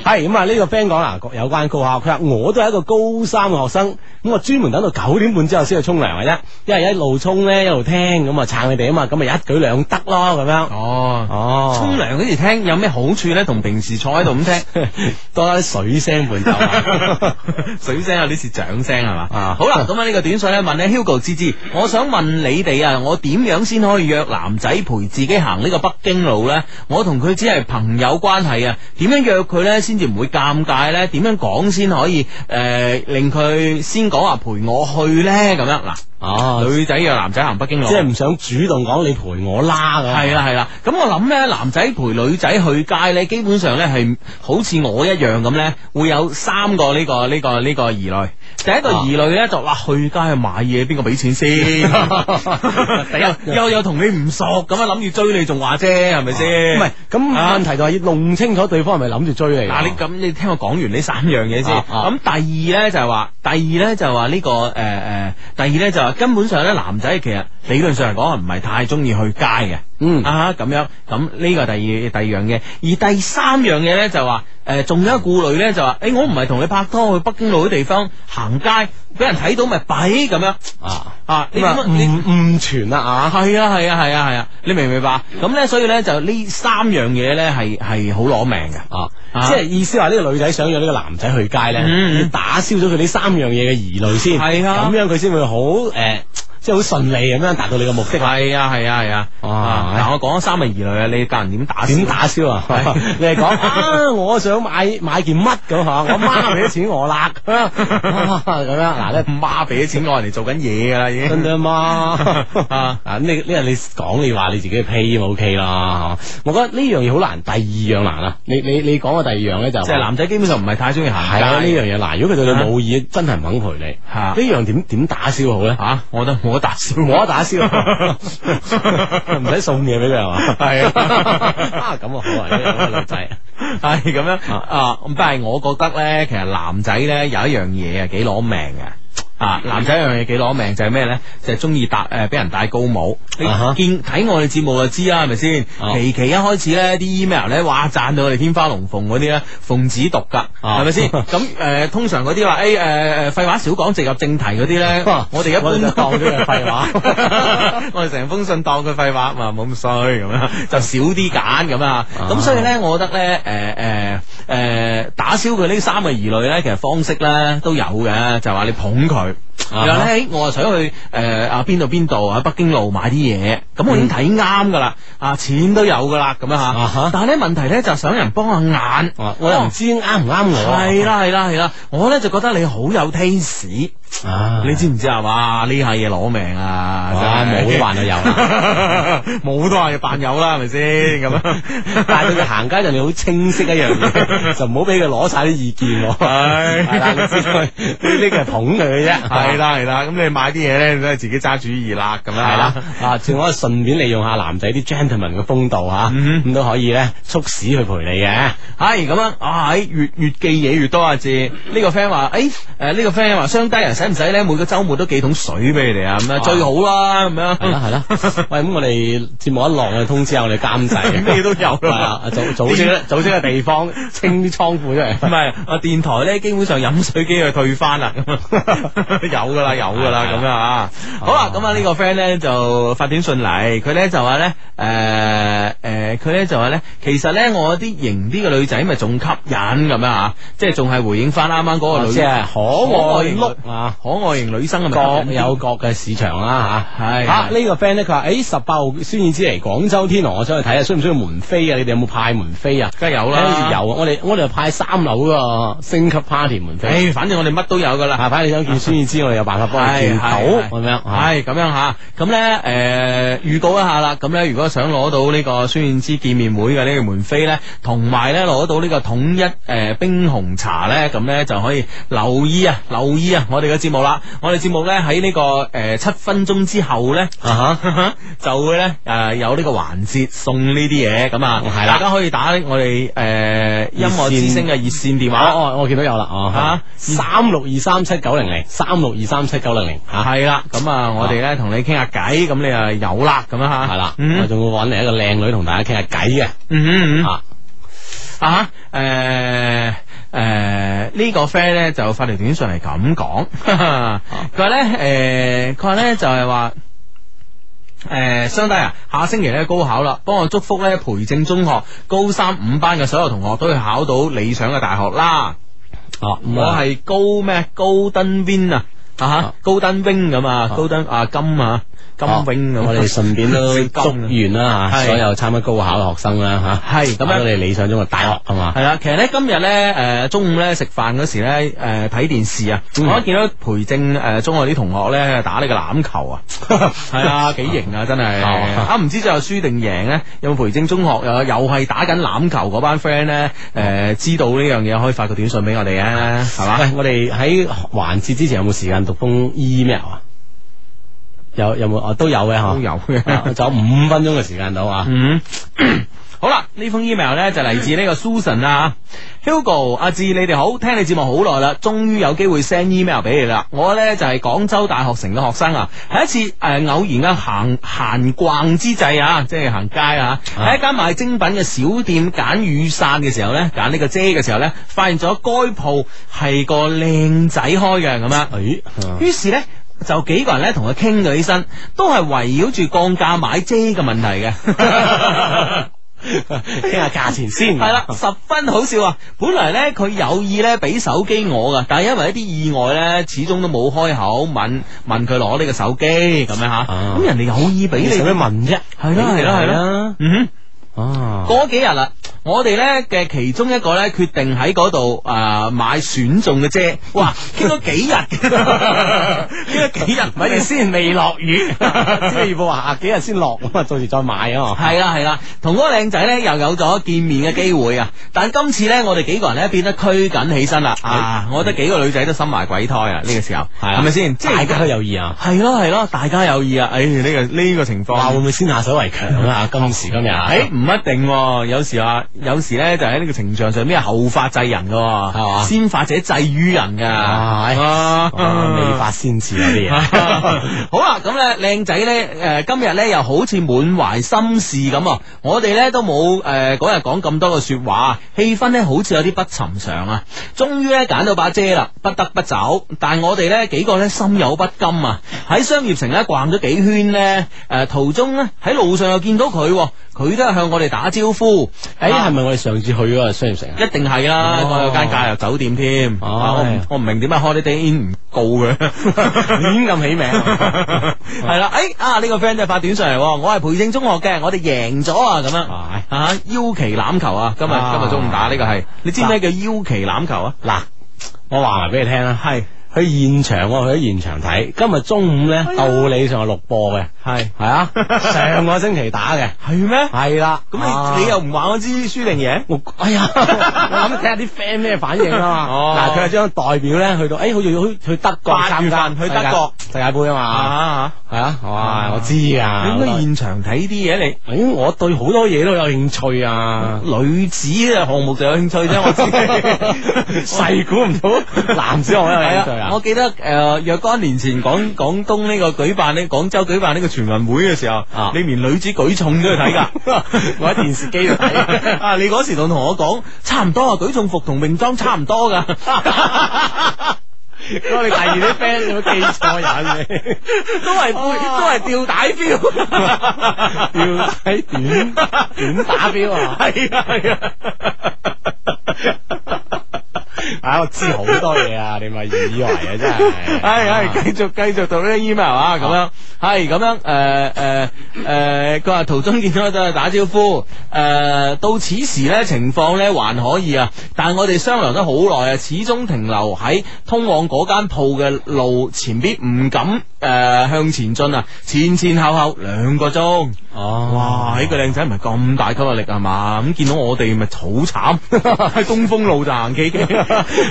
C: 系咁啊！呢個 friend 講啦，有關高考，佢話我都係一個高三嘅學生，咁我專門等到九點半之後先去沖涼嘅啫，因為一路沖咧一路聽，咁啊撐你哋啊嘛，咁咪一舉兩得咯咁樣。
B: 哦。
C: 哦，
B: 沖涼嗰時聽有咩好處咧？同平時坐喺度咁聽，
C: 多啲水聲伴奏 啊，
B: 水聲有啲似掌聲係嘛？
C: 啊
B: 好啦，咁啊呢個短信咧問咧 Hugo 芝芝，我想問你哋啊，我點樣先可以約男仔陪自己行呢個北京路呢？我同佢只係朋友關係啊，點樣約佢呢？先至唔會尷尬呢？點樣講先可以诶、呃令佢先講話陪我去呢？咁樣嗱，
C: 哦，
B: 女仔約男仔行北京路，啊
C: 即係唔想主動講你陪我啦咁。
B: 系啦系啦，咁我谂咧，男仔陪女仔去街咧，基本上咧系好似我一樣咁咧，會有三個呢、個呢、個呢、個疑慮。第一個
C: 啊
B: 疑慮咧就話去街買嘢邊個俾錢先？ 又又又同你唔熟咁啊，諗住追你仲話啫，係咪先？
C: 唔係咁
B: 啊
C: 問題就係要弄清楚對方係咪諗住追你。
B: 嗱，你咁你聽我講完呢三樣嘢先。咁、
C: 啊啊
B: 第二咧就係話，第二咧就係話呢個誒誒、呃第二咧就係話根本上咧男仔其實理論上嚟講係唔係太中意去街嘅。
C: 嗯
B: 啊咁樣，咁呢個第二第二樣嘢，而第三樣嘢咧就話，誒、仲有一個顧慮咧就話，誒、我唔係同你拍拖去北京路啲地方行街，俾人睇到咪弊咁樣
C: 啊，
B: 啊！你
C: 咁啊
B: 咁你
C: 唔唔全啦啊，
B: 系啊系啊系啊系啊，你明唔明白？咁咧，所以咧就呢三樣嘢咧係係好攞命嘅。
C: 啊，
B: 啊
C: 即係意思話呢個女仔想約呢個男仔去街咧，
B: 嗯嗯
C: 要打消咗佢呢三樣嘢嘅疑慮先，
B: 係啊
C: 咁樣佢先會好诶，即係好順利咁樣達到你嘅目的啦。
B: 系啊系啊系啊，
C: 哇
B: 啊嗱我講咗三個疑慮啊，你教人點打
C: 點
B: 先？
C: 打 消啊？你係講啊，我想買買件乜咁吓，我媽俾咗錢我啦， 咁樣咁樣嗱咧。
B: 媽俾咗錢我，人哋做緊嘢㗎啦已經。
C: 真啫嘛，
B: 啊
C: 啊呢呢日你講你話你自己嘅 pay 咪 OK 啦，我覺得呢樣嘢好難，第二樣難啊，你你你講嘅第二樣咧就
B: 即係男仔基本上唔係太中意行
C: 係啊呢
B: 街
C: 樣嘢難，如果佢對
B: 啊
C: 你冇意，真係唔肯陪你，
B: 嚇
C: 呢樣點點打消好咧？
B: 嚇，啊我覺得冇得打消。
C: 冇得 打 消，唔使送嘢俾佢係嘛？
B: 係啊
C: 啊咁啊好啊，呢個女 仔
B: 系咁樣啊！咁但係我覺得咧，其實男仔咧有一樣嘢啊，幾攞命嘅。啊，
C: 嗯
B: 男仔有樣嘢幾攞命就係咩咧？就係中意戴誒俾人戴高帽。你
C: 啊哈
B: 見睇我哋節目就知啊啦，係咪先？
C: 哦
B: 期期一開始咧，啲 email 咧，哇讚到我哋天花龍鳳嗰啲咧，奉旨讀㗎，
C: 啊
B: 係咪 先？咁誒，通常嗰啲話誒誒誒廢話少講，直入正題嗰啲咧
C: 哇，
B: 我哋一
C: 我
B: 般啊
C: 哋就當咗佢 係廢話
B: 我哋成封信當佢廢話嘛，冇咁衰咁樣， 就少啲揀咁啊。咁
C: 啊
B: 所以咧，我覺得咧，誒誒誒，打消佢呢三個疑慮咧，其實方式咧都有嘅，就話你捧佢。
C: 啊
B: 然後咧，我啊想去誒啊邊度邊度啊北京路買啲嘢，咁我已經睇啱噶啦，啊錢都有噶啦咁樣
C: 嗯啊
B: 嚇
C: 哈。
B: 但係咧問題咧就想人幫下眼，
C: 啊我又唔知啱唔啱我啊，
B: 哦係啦係啦係啦，我咧就覺得你好有 taste。
C: 啊，
B: 你知唔知啊？哇！呢下嘢攞命啊！
C: 哇
B: 真係
C: 冇都還有有啦
B: 冇都話扮有啦，係咪先咁啊？
C: 但係對佢行街就你好清晰一 樣嘢，就唔好俾佢攞晒啲意見我。
B: 係
C: 係啦，你知佢呢呢個係捧佢嘅啫，
B: 係係啦係啦，咁你買啲嘢咧，你都係自己揸主意啦，咁樣
C: 系啦，啊，仲可以順便利用下男仔啲 gentleman 嘅風度吓，
B: 嗯
C: 咁都可以咧促使佢陪你嘅。
B: 系咁樣啊！喺越越寄嘢越多啊！字呢個 friend 話：，诶诶，呢個 friend 話雙低人使唔使咧？每個週末都寄桶水俾你哋啊！咁啊，最好啦，咁樣
C: 係啦係啦， 喂，咁我哋節目一落，我哋通知下我哋監製，啊
B: 咩都有
C: 係
B: 啦
C: 啦，。組組織組織個地 方，清啲倉庫出嚟
B: 唔。係，我電台咧基本上飲水機佢退翻啦， 咁啊 有噶啦，有噶啦，咁樣啊。好啦，咁啊呢個 friend 咧就發短信嚟，佢咧就話咧，誒誒，佢咧就話咧，其實咧我啲型啲嘅女仔咪仲吸引咁樣啊，即係仲係回應翻啱啱嗰個女，
C: 啊即係
B: 哦
C: 可愛
B: 可愛
C: 碌啊！
B: 可愛型女生嘅
C: 各有各嘅市場啦吓，
B: 係
C: 啊
B: 係
C: 呢個 friend 咧，佢話：，誒十八號孫燕姿嚟廣州天河，我想去睇下，需唔需要門飛啊？你哋有冇派門飛啊？
B: 梗係有
C: 好
B: 啦，
C: 有啊！我哋我哋派三樓個升級 party 門飛。
B: 唉，反正我哋乜都有噶啦。
C: 下排你想見孫燕姿，我哋有辦法幫你見到
B: 哎係係
C: 咁樣啊嚇。
B: 系咁样吓，咁咧诶预告一下啦，咁咧如果想攞到呢個孫燕姿見面會嘅呢個門飛咧，同埋咧攞到呢個統一诶冰紅茶咧，咁咧就可以留意啊留意啊我哋嘅節目啦，我哋節目咧喺呢個诶七分鐘之後咧。
C: 啊
B: 就會咧誒有呢個環節送呢啲嘢咁啊，
C: 哦係啦
B: 大家可以打我哋誒音樂
C: 熱線
B: 之星嘅熱線電
C: 嚇！
B: 話
C: 哦我我見到有啦，哦
B: 嚇
C: 三六二三七九零零，三六二三七九零零嚇，
B: 系啦，咁啊，我哋咧同你倾下偈，咁你啊有啦，咁啊吓，
C: 係啦，我
B: 嗯
C: 仲會揾嚟一個靚女同大家傾下偈嘅
B: 嗯嗯嗯
C: 嚇。
B: 啊，诶诶，呢個 friend 咧就發條短信嚟咁講，
C: 啊
B: 佢話咧，诶，佢話咧就係話。诶，相低啊，下星期咧高考啦，幫我祝福咧培正中學高三五班嘅所有同學都去考到理想嘅大學啦。
C: 哦，咁
B: 我
C: 啊
B: 係高咩？高登 win 啊，啊
C: 啊
B: 高登 wing 咁啊，高登啊金啊金
C: 哦
B: wing 咁。
C: 我哋順便都
B: 姓 金啊
C: 祝願啦嚇，
B: 係
C: 所有參加高考嘅學生啦啊嚇，
B: 係咁樣啊
C: 考到你理想中嘅大學係嘛
B: 系，啦，其實咧今日咧诶中午咧食飯嗰時咧诶睇電視啊，
C: 嗯
B: 我一見到培正诶中學啲同學咧打呢個欖球啊， 係 啊幾型啊真係
C: 哦
B: 啊唔知最後輸定贏咧？有冇培正中學又又係打緊欖球嗰班 friend 咧？诶知道呢樣嘢可以發個短信俾我哋啊，係嘛？
C: 喂，我哋喺環節之前有冇時間讀封 email 啊？有有冇？哦，都有嘅嚇，
B: 都有嘅
C: 啊仲有五分鐘嘅時間到啊！
B: 嗯。好啦，呢封 email 呢就嚟自呢個 Susan 啊，Hugo 阿志你哋好，聽你節目好耐啦，終於有機會 send email 俾你啦。我呢就係廣州大學城嘅學生啊，喺一次誒、呃偶然嘅行閒逛之際啊，即係行街啊，喺一間賣精品嘅小店揀雨傘嘅時候呢，揀呢個遮嘅時候呢，發現咗該鋪係個靚仔開嘅咁樣。
C: 誒，啊
B: 於是咧。就幾個人咧同佢傾咗起身，都係圍繞住降價買遮嘅問題嘅。
C: 傾下價錢先。
B: 係啦，十分好笑啊！本來咧佢有意咧俾手機我噶，但係因為一啲意外咧，始終都冇開口問問佢攞呢個手機咁樣吓。咁、
C: 啊
B: 人哋有意俾
C: 你
B: 你，
C: 使咩問啫？
B: 係啦係啦係啦，嗯哼。
C: 係啦，啊，
B: 嗰幾日啦，我哋咧嘅其中一個咧決定喺嗰度誒買選中嘅遮， 哇，傾咗幾日，傾咗幾日，咪
C: 咪住先未落 雨，即系預報話下幾日先落，咁啊到時再買啊嘛。
B: 系啦系啦，同嗰個靚仔咧又有咗見面嘅機會啊！但今次咧，我哋幾個人咧變得拘謹起身啦啊！我覺得幾個女仔都心懷鬼胎啊！呢個時候
C: 係啊
B: 係咪先？即
C: 大
B: 係
C: 家都有意啊，
B: 係咯係咯，大家有意啊！唉，呢個呢個情
C: 話會
B: 況
C: 唔。會先下手為強 啊？今時今日，
B: 诶，哎唔一定喎，有時啊，有時咧就喺呢個情場上邊係後發制人噶，
C: 係嘛
B: 先發者制於人噶，
C: 啊係
B: 啊
C: 啊未發先至有啲嘢。
B: 好啦，咁咧靚仔咧，诶、今日咧又好似滿懷心事咁啊！我哋咧都冇诶嗰日講咁多嘅说話，氣氛咧好似有啲不尋常啊！終於咧揀到把遮啦，不得不走。但我哋咧幾個咧心有不甘啊！喺商業城咧逛咗幾圈咧，诶、途中咧喺路上又見到佢喎，佢都係向我哋打招呼。
C: 誒，
B: 啊
C: 哎係咪我哋上次去嗰個商業城啊？
B: 一定係啦，
C: 哦
B: 我有間假日酒店添，
C: 哦
B: 啊我唔我唔明點解 Holiday Inn 唔告 嘅，亂咁起名。係啦，誒啊呢個 friend 就發短信嚟喎，我係培正中學嘅，我哋贏咗啊咁樣
C: 係
B: 啊腰旗欖球啊，今日
C: 啊
B: 今日中午打呢個係，你知唔知咩叫腰旗欖球啊？
C: 嗱，我話埋俾你聽啦，
B: 係
C: 哎去現場我去咗現場睇，今日中午咧，道理上係錄播嘅，
B: 系
C: 系啊，上個星期打嘅，
B: 系咩？
C: 係啦。
B: 咁
C: 啊
B: 你你又唔话我知输定贏？
C: 我哎呀，我諗睇下啲 friend 咩反應 啊嘛。
B: 哦
C: 嗱，佢係將代表咧去到，哎，好似去去德國
B: 八月
C: 參加
B: 份去德國
C: 世界世界盃啊嘛。
B: 啊！
C: 係啊，哇，
B: 啊
C: 我知啊。
B: 你應該現場睇啲嘢，你
C: 哎我對好多嘢都有興趣 啊。
B: 女子嘅項目就有興趣啫，我知。
C: 細估唔到 男子我有興趣
B: 係
C: 啊
B: 我。記得诶，若干年前廣廣東呢個舉辦呢，廣州舉辦呢個全運會嘅時候
C: 啊，
B: 你連女子舉重都去睇 㗎。
C: 我喺電視機度睇。
B: 啊！你嗰時仲同我講，差唔多啊，舉重服同泳裝差唔多㗎。
C: 我哋第二啲 friend 有冇記錯人哦你？
B: 都係背，都係吊帶 feel。
C: 要睇短短打表啊！
B: 係啊係啊。
C: 啊，我知好多嘢啊！你咪以為啊，真 係。
B: 系系，继续繼續讀呢個 email 啊，咁樣係咁樣诶诶诶，誒佢話途中見到都係打招呼，诶到此時咧情況咧還可以啊，但我哋商量咗好耐啊，始終停留喺通往嗰間鋪嘅路前邊，唔敢诶向前進啊，前前後後兩個鐘。
C: 哦，
B: 哇！呢個靚仔唔係咁大吸引力係啊嘛？咁見到我哋咪好 慘，喺東風路就行 幾幾。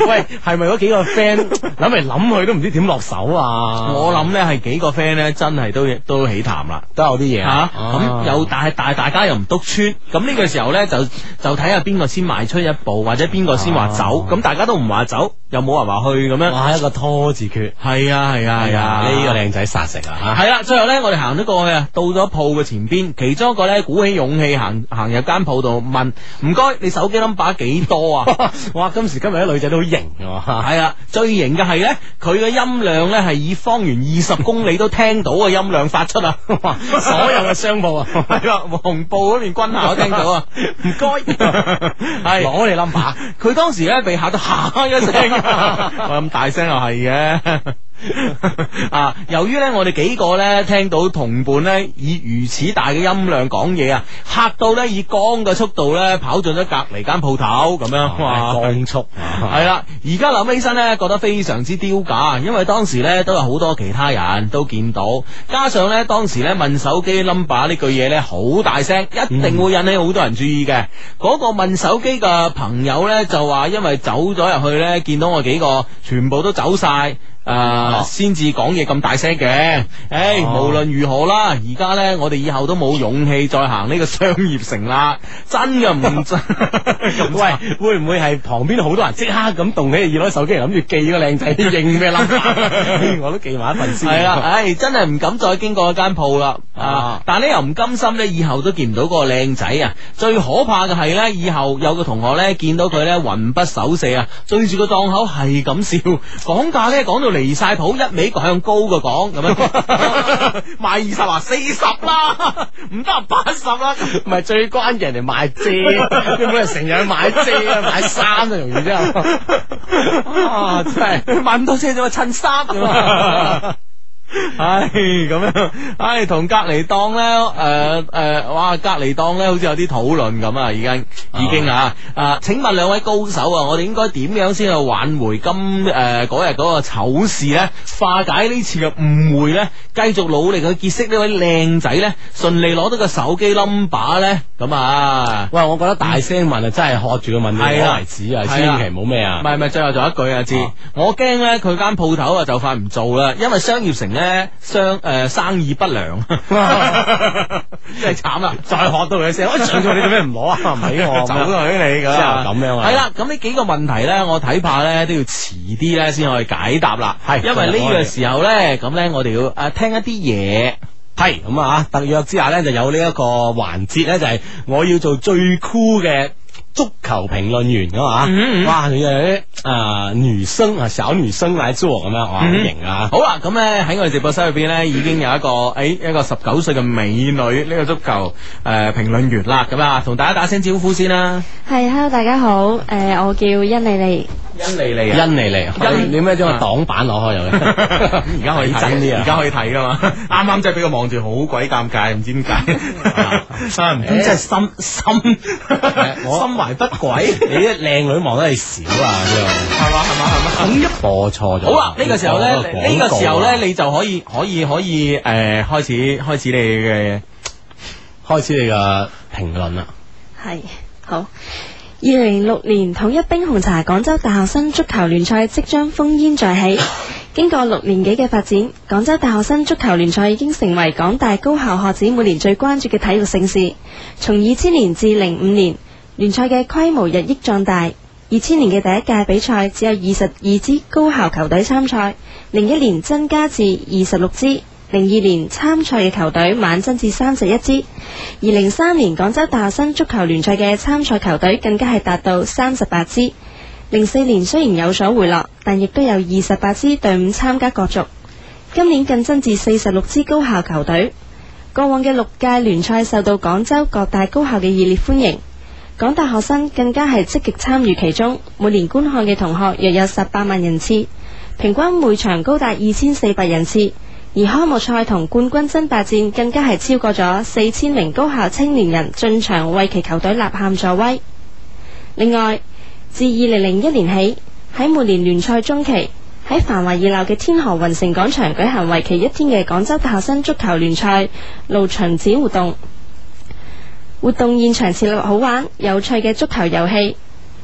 C: 喂，係咪嗰幾個 friend 諗嚟諗去都唔知點落手啊？
B: 我諗咧係幾個 friend 咧，真係都都起談啦。
C: 都有啲嘢
B: 吓
C: 啊
B: 咁有，但係但係大家又唔督穿，咁呢個時候咧就就睇下邊個先邁出一步，或者邊個先話走，
C: 啊
B: 咁大家都唔話走，又冇人話去咁樣。
C: 哇，一個拖字訣，
B: 係啊係啊係啊，
C: 呢個靚仔殺食啊！
B: 系啦，最後咧，我哋行咗過去啊，到咗鋪嘅前邊，其中一個咧鼓起勇氣行行入間鋪度問：唔該，你手機 number 幾多啊？
C: 哇，今時今日啲女仔都好型啊！
B: 系啦，最型嘅系咧，佢嘅音量咧系以方圆二十公里都聽到嘅音量發出啊！哇，
C: 所有嘅商鋪啊，
B: 系啦，黃埔嗰邊軍校都聽到啊！唔該，係
C: 攞你 number，
B: 佢當時咧被嚇到嚇一聲， 我咁大聲又係嘅。啊！由於咧，我哋幾個咧聽到同伴咧以如此大嘅音量講嘢啊，嚇到咧以光嘅速度咧跑進咗隔離間鋪頭咁樣，哇！
C: 光速 啊
B: 系啦，而家諗起身咧，覺得非常之丟架，因為當時咧都有好多其他人都見到，加上咧當時咧問手機 number 呢句嘢咧好大聲，一定會引起好多人注意嘅。嗰、個問手機嘅朋友咧就話，因為走咗入去咧，見到我幾個全部都走晒。诶，先至講嘢咁大聲嘅，诶、
C: 哦
B: 無論如何啦，而家咧，我哋以後都冇勇氣再行呢個商業城啦，真嘅唔真，
C: 喂，會唔會係旁邊好多人即刻咁動起耳攞手機嚟諗住記個靚仔應咩 number？我都 記埋一份
B: 系
C: 先。
B: 啦，唉，真系唔敢再經過嗰間鋪啦。啊
C: 啊，
B: 但咧又唔甘心咧，以後都見唔到嗰個靚仔啊！最可怕嘅係咧，以後有個同學咧見到佢咧魂不守舍啊，追住個檔口係咁笑，講價咧講到離晒譜，一味向高嘅講咁樣， 賣二十啊，四十啦，唔得啊八十啦。
C: 唔係最關鍵，人哋買遮，你冇人成日去買遮啊，買衫啊，容易 啫。啊，真係
B: 買唔到車就襯衫咁 啊！ 唉，咁樣，唉，同隔離檔咧，誒、誒、哇，隔離檔咧，好似有啲討論咁啊，已經，已經啊，啊，請問兩位高手啊，我哋應該點樣先去啊挽回今誒嗰日嗰個醜事咧，化解呢次嘅誤會咧，繼續努力去結識呢位靚仔咧，順利攞到個手機 number 咧，咁啊，
C: 喂，我覺得大聲問啊，真係喝住佢問
B: 係
C: 到
B: 啊
C: 為止啊，
B: 係啊
C: 千祈唔好咩啊
B: 唔。係唔係，最後仲有一句啊，知、
C: 啊
B: 我驚咧佢間鋪頭啊就快唔做啦，因為商業城咧商誒、呃生意不 良，真係慘啊啦。
C: 再喝到佢聲，
B: 哎
C: 喂，上咗你做咩唔攞啊？ 唔係我
B: 走咗㗎
C: 你
B: 啦
C: 咁樣啊。
B: 係，啦，咁呢幾個問題咧，我睇怕咧都要遲啲咧先可以解答啦。
C: 係
B: 因為呢個時候咧，咁咧我哋要誒聽一啲嘢。
C: 係咁啊，特約之下咧就有呢一個環節咧，就係我要做最酷嘅。足球評論員咁啊
B: 嗯嗯，
C: 哇！佢哋啲啊女生啊小女生嚟做咁樣，哇，好
B: 嗯
C: 型啊！
B: 好啦，咁咧喺我哋直播室入邊咧，已經有一個誒、哎一個十九歲嘅美女呢、個足球誒評論員啦，咁啊，同大家打聲招呼先啦。
D: 系，hello，大家好，诶、我叫殷莉莉，
B: 欣利利啊！
C: 恩嚟嚟，
B: 恩
C: 你你咩將個擋板攞開又 嘅？ 而家可以真啲啊！
B: 啊而 家可以睇噶嘛？啱啱真係俾佢望住，好鬼尷尬，唔知點解。啊唔通真係心心
C: 我
B: 心懷不軌，
C: 你啲靚女望得你少啊！呢
B: 係嘛係嘛係嘛？
C: 個播錯咗。
B: 好啦，呢、個時候咧，
C: 播咗廣
B: 呢、個
C: 告啊
B: 時候咧，你就可以可以可以誒、呃、開始開始你
C: 開始你嘅評論啦。
D: 系好。二零零六年統一冰紅茶廣州大學生足球聯賽即將烽煙再起。經過六年幾嘅發展，廣州大學生足球聯賽已經成為港大高校學子每年最關注嘅體育盛事。從二千年至零五年，聯賽嘅規模日益壯大。二千年嘅第一屆比賽只有二十二支高校球隊參賽，零一年增加至二十六支，零二年參賽嘅球隊猛增至三十一支。而零三年廣州大學生足球聯賽嘅參賽球隊更加係達到三十八支。零四年雖然有所回落，但亦都有二十八支隊伍參加角逐。今年更增至四十六支高校球隊。過往嘅六屆聯賽受到廣州各大高校嘅熱烈歡迎，港大學生更加係積極參與其中，每年觀看嘅同學約有十八萬人次，平均每場高達二千四百人次。而開幕賽同冠軍爭霸戰更加係超過咗四千名高校青年人進場為其球隊呐喊助威。另外，自二零零一年起，喺每年聯賽中期，喺繁華熱鬧嘅天河雲城廣場舉行為期一天嘅廣州大學生足球聯賽路巡子活動。活動現場設立好玩、有趣嘅足球遊戲，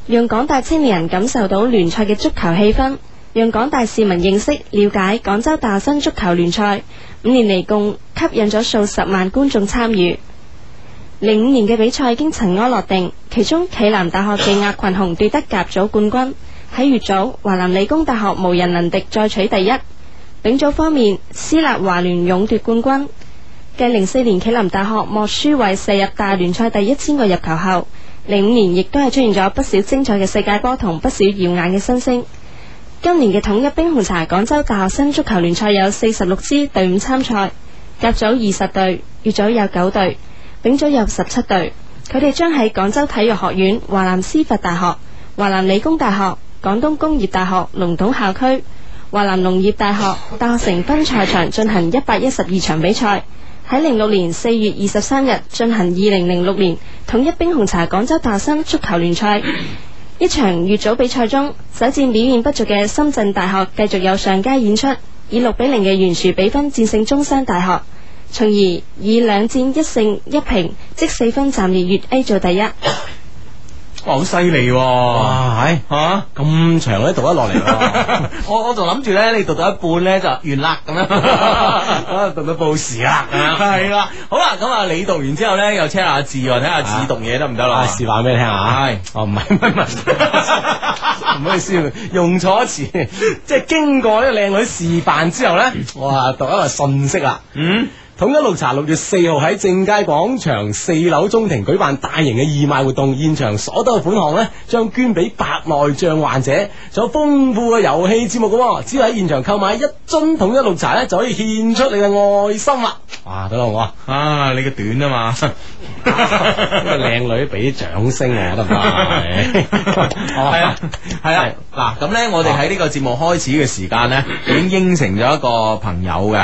D: 讓廣大青年人感受到聯賽嘅足球氣氛，讓廣大市民認識、了解廣州大學生足球聯賽。五年嚟共吸引咗數十萬觀眾參與。零五年嘅比賽已經塵埃落定，其中暨南大學嘅亞群雄奪得甲組冠軍，喺乙組華南理工大學無人能敵，再取第一。丙組方面，私立華聯勇奪冠軍。繼零四年暨南大學莫書偉射入大聯賽第一千個入球後，零五年亦都係出現咗不少精彩嘅世界波同不少耀眼嘅新星。今年嘅統一冰紅茶廣州大學生足球聯賽有四十六支隊伍參賽，甲組二十隊，乙組有九隊，丙組有十七隊。佢哋將喺廣州體育學院、華南師範大學、華南理工大學、廣東工業大學龍洞校區、華南農業大學大學城分賽場進行一百一十二場比賽。喺零六年四月二十三日進行二零零六年統一冰紅茶廣州大學生足球聯賽。一場乙組比賽中，首戰表現不俗嘅深圳大學繼續有上佳演出，以六比零嘅懸殊比分戰勝中山大學，從而以兩戰一勝一平，即四分暫列乙 A 做第一。
B: 嘅，哇好犀利喎！
C: 哇，係
B: 嚇、
C: 咁長都讀得落嚟喎。
B: 我我仲諗住咧，你讀到一半咧就完啦咁樣，
C: 啊讀到報 時啦咁樣
B: 係啦，好啦，咁啊，你讀完之後咧，又 check 下字喎，睇下字讀嘢得唔得啦
C: 啊，？示範俾你聽下。
B: 係
C: 哦，唔係唔係 唔係，唔好意思，用錯詞，即係經過呢個靚女示範之後咧，我啊讀一個信息啦。
B: 嗯，
C: 統一綠茶六月四號喺正佳廣場四樓中庭舉辦大型嘅義賣活動，現場所得嘅款項呢，將捐俾白內障患者，仲有豐富嘅遊戲節目嘅喎，只要喺現場購買一樽統一綠茶呢，就可以獻出你嘅愛心啦！哇，得啦我，
B: 啊，你個短啊 嘛，
C: 呢個靚女俾掌聲我得 唔得啊？
B: 係啊，係啊，嗱，咁咧，我哋喺呢個節目開始嘅時間咧，已經應承咗一個朋友嘅，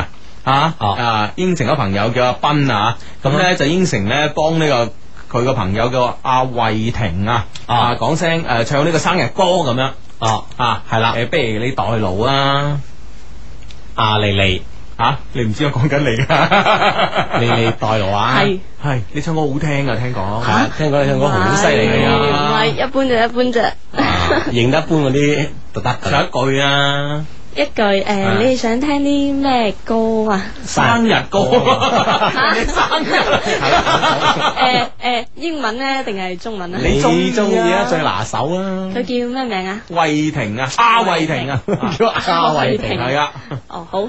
B: 啊，
C: 哦嗯
B: 啊，應承咗朋友叫阿斌啊，咁咧就應承咧幫呢個。佢個朋友叫阿慧婷啊，啊講聲誒唱呢個生日歌咁樣
C: 哦，
B: 啊，
C: 係啦
B: 誒不如你代勞啊，
C: 阿莉莉，
B: 吓、你唔知我講緊你 噶，
C: 莉莉代勞啊，
D: 係
B: 係你唱歌好聽噶，聽講
C: 係啊，聽講你唱歌好犀利
B: 㗎
C: 㗎
D: 唔係一般就一般啫。
C: 啊，認得一般嗰啲就得
B: 唱
C: 㗎啦
B: 一句啊，
D: 一句誒，
B: 啊
D: 你哋想聽啲咩歌啊？
B: 生日歌，你生
D: 誒
B: 日，
D: 誒，呃英文呢定係中文啊？
B: 你中意啊
C: 你中意啊，最拿手啊。
D: 佢叫咩名啊？
B: 慧婷啊，阿慧婷 啊，
C: 叫阿慧婷
B: 係啊，
D: 哦，好。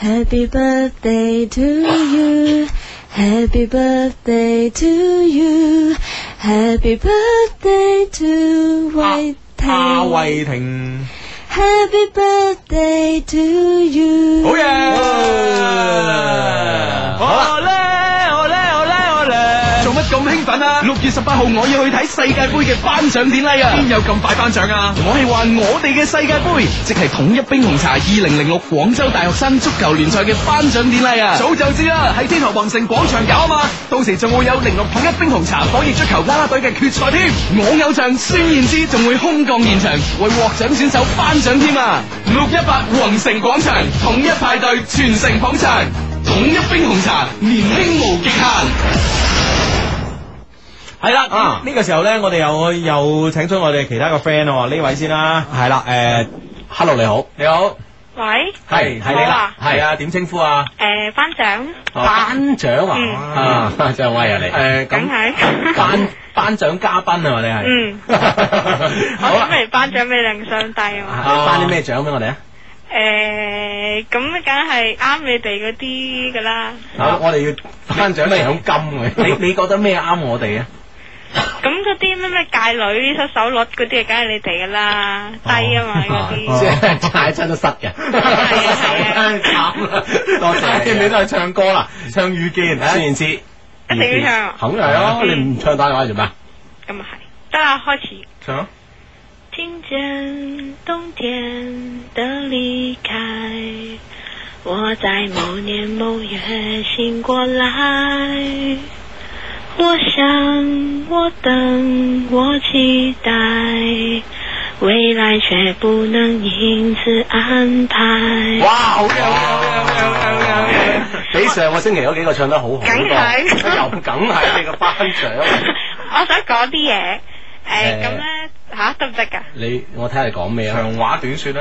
D: Happy birthday to you, happy birthday to you, happy birthday to 慧
B: 阿
D: 婷。
B: 慧婷，
D: Happy birthday to
B: 好
D: you。
B: 嘢，
C: 好啦
B: 好咧，好咧，好咧，好咧，做乜咁
E: 興奮啊！六月十八號我要去睇世界盃嘅頒獎典禮啊！邊有咁快頒獎啊？我係話我哋嘅世界盃，即係統一冰紅茶二零零六廣州大學生足球聯賽嘅頒獎典禮啊！早就知啦，喺天河宏城廣場搞啊嘛，到時仲會有零六統一冰紅茶火熱足球啦啦隊嘅決賽添。我偶像孫燕姿仲會空降現場為獲獎選手頒獎添啊！六一八宏城廣場統一派對，全城捧場，統一冰紅茶年輕無極限。
B: 系啦，
C: 啊
B: 呢、個个时候咧，我哋又又请出我哋其他嘅 friend 喎，呢位先啦，
C: 系啦，诶，hello 你好，
B: 你好，
D: 喂，
B: 系系你啦，系啊，点称呼啊？
D: 诶、班長，
C: 颁奖啊，啊，真系威啊你，
B: 诶，
D: 梗
B: 咁
D: 係，
B: 颁颁奖嘉宾啊嘛，你 系，
D: 嗯，我
B: 好
D: 準
B: 啦，
D: 備頒獎俾令上帝啊嘛，
B: 啊
C: 颁啲咩奖俾啊我哋啊？
D: À, 诶、咁梗係啱你哋嗰啲噶啦，
B: 啊
C: 我我哋要颁奖奖金嘅，
B: 你你觉得咩啱我哋啊？
D: 咁嗰啲咩咩界女失手率嗰啲，梗係你哋噶啦，低
B: 哦
D: 啊嘛嗰啲，啊
C: 即 系太真都失嘅，
D: 係啊
C: 惨啦，
B: 多謝你啊
C: 啊你都系唱歌啦，唱遇見，
B: 孫
C: 然知。
D: 一定要唱啊，
C: 肯定係咯，你唔唱打電話做咩？
D: 咁啊係，得啦，開始。
B: 唱
D: 听见冬天的离开，我在某年某月醒过来。我想，我等，我期待，未来却不能因此安排。
C: 哇，好嘅，好嘅，好嘅，好嘅，好嘅，好嘅，比上個星期嗰幾個唱得好好多，
D: 梗係
C: 又梗係你個頒
B: 啊
C: 獎，
D: 我想講啲嘢，
C: 誒
D: 誒咁咧吓得唔得㗎？
C: 你我睇下你講咩啊？
B: 长话短说啦，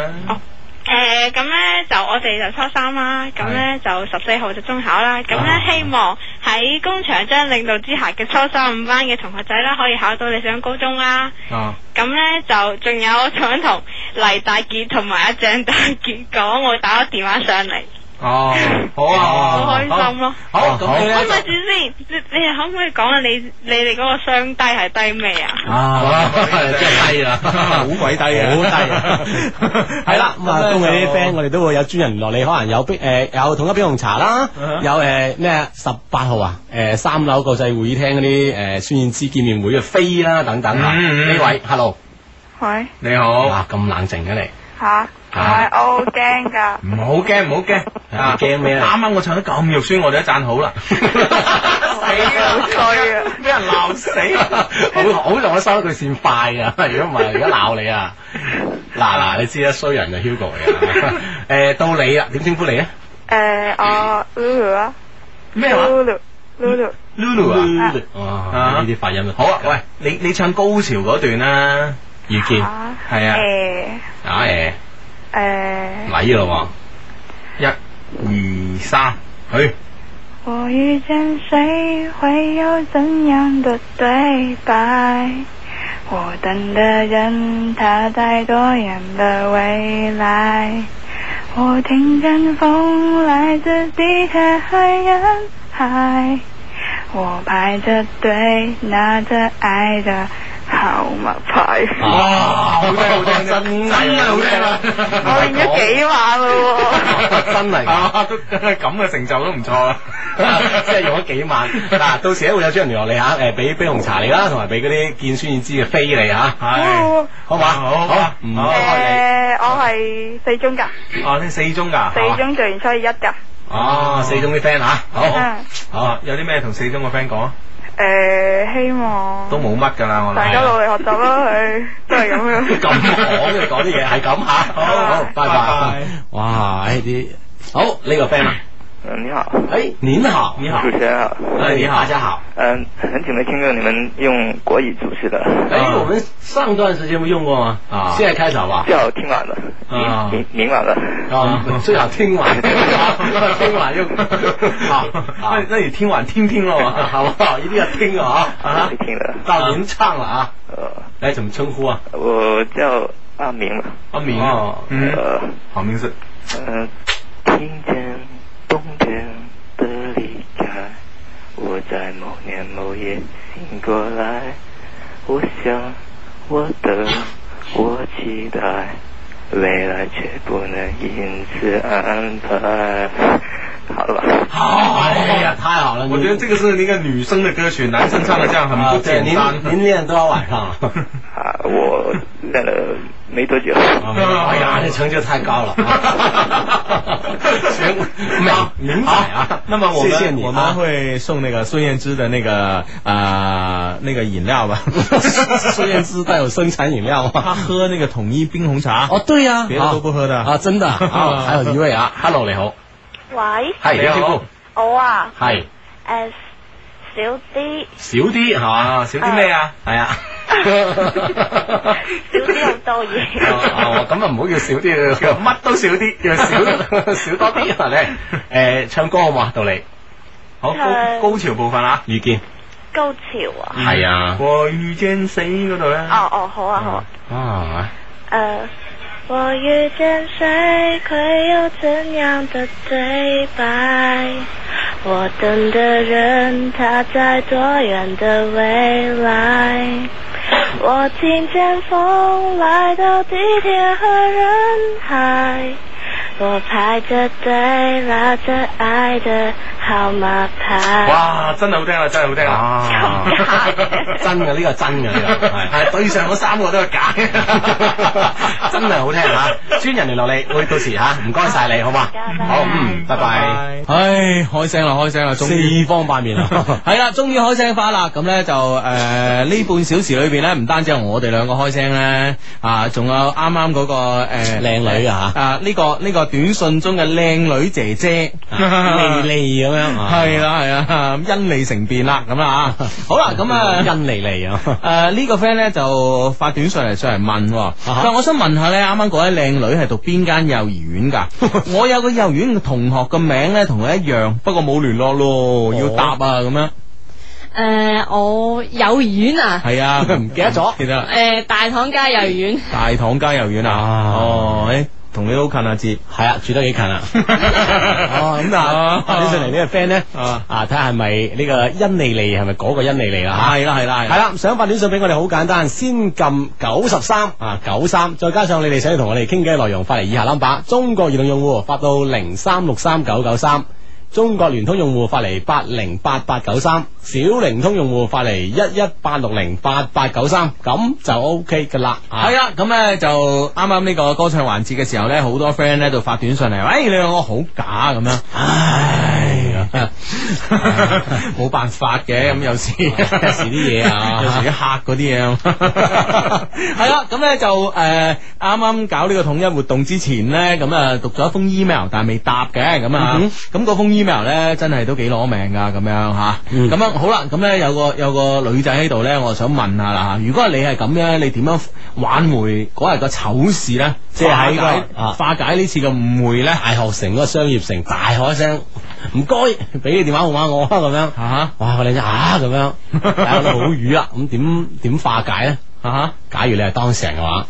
D: 诶，咁咧、就我哋就初三啦，咁咧就十四號就中考啦，咁咧、
C: 啊
D: 希望喺工場將領導之下嘅初三五班嘅同學仔啦，可以考到理想高中啦。
B: 啊，
D: 咁咧就仲有我想同黎大傑同埋阿鄭大傑講，我打咗電話上嚟，
B: 哦，好啊，
D: 好
B: 好
D: 開心咯。
C: 啊
B: 哦好，咁你
D: 喂，咪
B: 咧
D: 住先，你你哋可唔可以講下你你哋嗰個雙低係低咩啊？
C: 啊，真係低啦，
B: 好鬼低啊，
C: 好低 啊。
B: 低
C: 係啦，咁啊，恭喜啲 friend，我哋都會有專人聯絡你，可能有冰誒有統一冰紅茶啦
B: 嗯，
C: 有誒咩十八號啊，誒三樓國際會議廳嗰啲誒孫燕姿見面會嘅飛啦等等啊，
B: 嗯嗯
C: 呢位 hello，
F: 喂，
B: 你好，
C: 哇咁冷靜嘅你。
F: 吓，唔系我好惊噶，
B: 唔好惊，唔好惊，
C: 啊驚咩啊
B: 啱啱我唱得咁肉酸，我哋都赞好啦，
F: 好衰啊！
B: 俾人闹死。
C: 好好同我收得佢線快噶，如果唔係而家鬧你啊！嗱嗱，你知啦，衰人就 Hugo 嚟啊！誒，到你啦，點稱呼你啊
F: 诶，我 Lulu 啊
B: 咩話
F: ，Lulu，Lulu，
B: ？Lulu 啊，
C: 哇，呢啲發音啊，
B: 好啊，喂，你你唱高潮嗰段啦，
C: 遇見啊
F: 啊，
B: 係啊
F: 诶
C: 誒，
F: 诶，
C: 嚟咯
B: 一、二、三，去。
F: 我遇见谁会有怎样的对白？我等的人他在多远的未来？我听见风来自地铁和人海。我排着队，拿着爱的号码牌。
C: 喎，哇，好聽好聽，真真係好聽啊！
F: 我練咗幾晚咯
C: 真係 㗎
B: 啊，都咁嘅成就都唔錯啊啦，
C: 即係用咗幾晚。嗱，到時咧會有張人聯絡你嚇，誒俾冰紅茶你啦，同埋俾嗰啲見孫燕姿嘅飛你嚇，
B: 係
F: 喎。
C: 好嘛？
B: 好
C: 啊唔
B: 哎好
F: 誒、
C: 該
F: 哦我係四中噶，
B: 哦，你四中㗎，
F: 四中做完初二一噶。
C: 你。哦，四中啲 friend 嚇，好
F: 嗯。
C: 好啊。
B: 有啲咩同四中嘅 friend 講啊？
F: 誒、希望
B: 都冇乜㗎啦，我
F: 大家
B: 諗。
F: 努力學習啦，佢都係咁樣。 啊
C: 咁講嘅講啲嘢係咁吓，好好，拜拜
B: 拜。
C: 哇，
B: 哎
C: 呢啲好呢個 friend 啊，
G: 嗯，你好，
C: 哎，您好，你
G: 主持人好。
C: 哎，你好，大家好。
G: 嗯，很久没听过你们用国语主持的，
C: 哎，我们上段时间不用过吗？
B: 啊
C: 现在开始好不好？
G: 叫听晚的，
C: 啊
G: 明明明晚的。
C: 啊，最好听完，听完就
B: 啊
C: 好，好
B: 那那你听完听听咯嘛，
C: 好不好？一定要听啊！啊
G: 会，听的。
C: 到您唱了啊！
G: 呃，
C: 来，怎么称呼啊？
G: 我叫阿明吧。
B: 阿明
C: 哦，
B: 嗯，
G: 呃，
B: 好名字，
G: 嗯、听见冬天的离开，我在某年某夜醒过来，我想，我等，我期待，未来却不能因此安排。好了。
C: 哎呀，太好了！
H: 我觉得这个是一个女生的歌曲，男生唱的这样很
C: 啊，
H: 不
C: 对，
H: 简
C: 您
H: 单。
C: 您练多少晚上啊？
G: 啊，我练了没多久。
C: 哎呀，这成就太高 了！行，美明白啊。
B: 那么我们
C: 谢谢你啊，
B: 我们会送那个孙燕姿的那个呃那个饮料吧，
C: 孙燕姿带有生产饮料吗？
B: 她喝那个统一冰红茶，
C: 哦，对呀，
B: 别的都不喝的
C: 啊，真的啊。还有一位啊，Hello，你好，
F: 喂，
C: 系你好，
F: 我啊，
C: 系
F: 诶、少啲，
C: 少啲係嘛？少
F: 啲咩
C: 啊？係 啊。
F: 少啲好多嘢。
C: 哦，咁啊唔好叫少啲，叫 乜都少啲，叫少少多啲啊！ 你诶唱歌好嘛？到你
H: 好
F: 係
H: 高高潮部分啊，
C: 意見
F: 高潮啊！
C: 係啊
H: 我遇見谁嗰度咧？
F: 哦哦，好啊好啊。
C: 啊
F: 呃，我遇见谁，会有怎样的对白？我等的人，他在多远的未来？我听见风来到地铁和人海，我排着队拉着爱的号码牌。
H: 哇，真系好听啊，真系好听啊！
C: 啊！ 真嘅呢個真嘅呢個係
H: 系对上嗰三个都系假嘅，
C: 真係好聽嚇，專人聯絡你，會到時嚇，唔該晒你好嘛？好，嗯，拜拜。
B: 唉，開聲啦，開聲啦，終於。
C: 四方 八面啊！
B: 系啦，終於開聲翻啦，咁咧就诶呢、半小時裏边咧，唔單止係我哋兩個開聲咧，啊，仲有啱啱嗰個诶
C: 靚女啊
B: 啊呢、個呢、個短信中嘅靚女姐姐，啊
C: 莉莉咁 樣啊，
B: 係啦係啦，因利成便啦，咁啦啊，好啦，咁啊。
C: 恩莉莉啊，
B: 诶、呢、個 friend 咧就發短信嚟上嚟問，喎，
C: 哈
B: 但我想問下咧，啱啱嗰位靚女係讀邊間幼兒園㗎？我有個幼兒園嘅同學嘅名咧同佢一樣，不過冇聯絡咯，要答啊咁樣。
D: 诶、呃我幼兒園啊，
B: 係
C: à.
B: 啊，唔
C: 記得咗
B: 記得啦，
D: 诶、大堂街幼兒園，
B: 大堂街幼兒園啊，
C: 啊
B: 哦，誒同你好近啊，接。
C: 係啊，住得幾近 啊！哦，咁啊，發短信嚟呢個 friend 咧，
B: 啊
C: 啊，睇下係咪呢個恩莉莉係咪嗰個恩莉莉啦
B: 係啦係啦係啦
C: 吓？係。啦，想發短信俾我哋好簡單，先撳九十三啊九三，再加上你哋想要同我哋傾偈內容，發嚟以下 number：中國移動用戶發到零三六三九九三。中國聯通用戶發嚟八零八八九三，小靈通用戶發嚟一一八六零八八九三，咁就 O K 噶啦。啊
B: 系啦，咁咧就啱啱呢個歌唱環節嘅時候咧，好多 friend 咧就發短信嚟，诶、你兩個好假咁樣，唉， 冇辦法嘅，咁有時有
C: 時啲嘢啊
B: 有時啲客嗰啲嘢，啊 係啦，咁咧就诶啱啱搞呢個統一活動之前咧，咁啊讀咗一封 email，但係未答嘅，咁
C: 嗯
B: 啊，咁嗰封 email 咧真係都幾攞命噶，咁樣吓，
C: 嗯
B: 咁樣好啦，咁咧有個有個女仔喺度咧，我想問下啦吓，如果你係咁樣，你點樣挽回嗰日個醜事咧？即係喺
C: 化解
B: 個
C: 啊
B: 化解呢次嘅誤會咧？
C: 大學城嗰個商業城大喝一聲，唔該， 俾你電話號碼我啊咁樣。
B: 啊
C: 哇，個靚仔啊咁樣， 大家都好瘀啦，咁點點化解咧？
B: 哈啊
C: 假如你係當事人嘅話，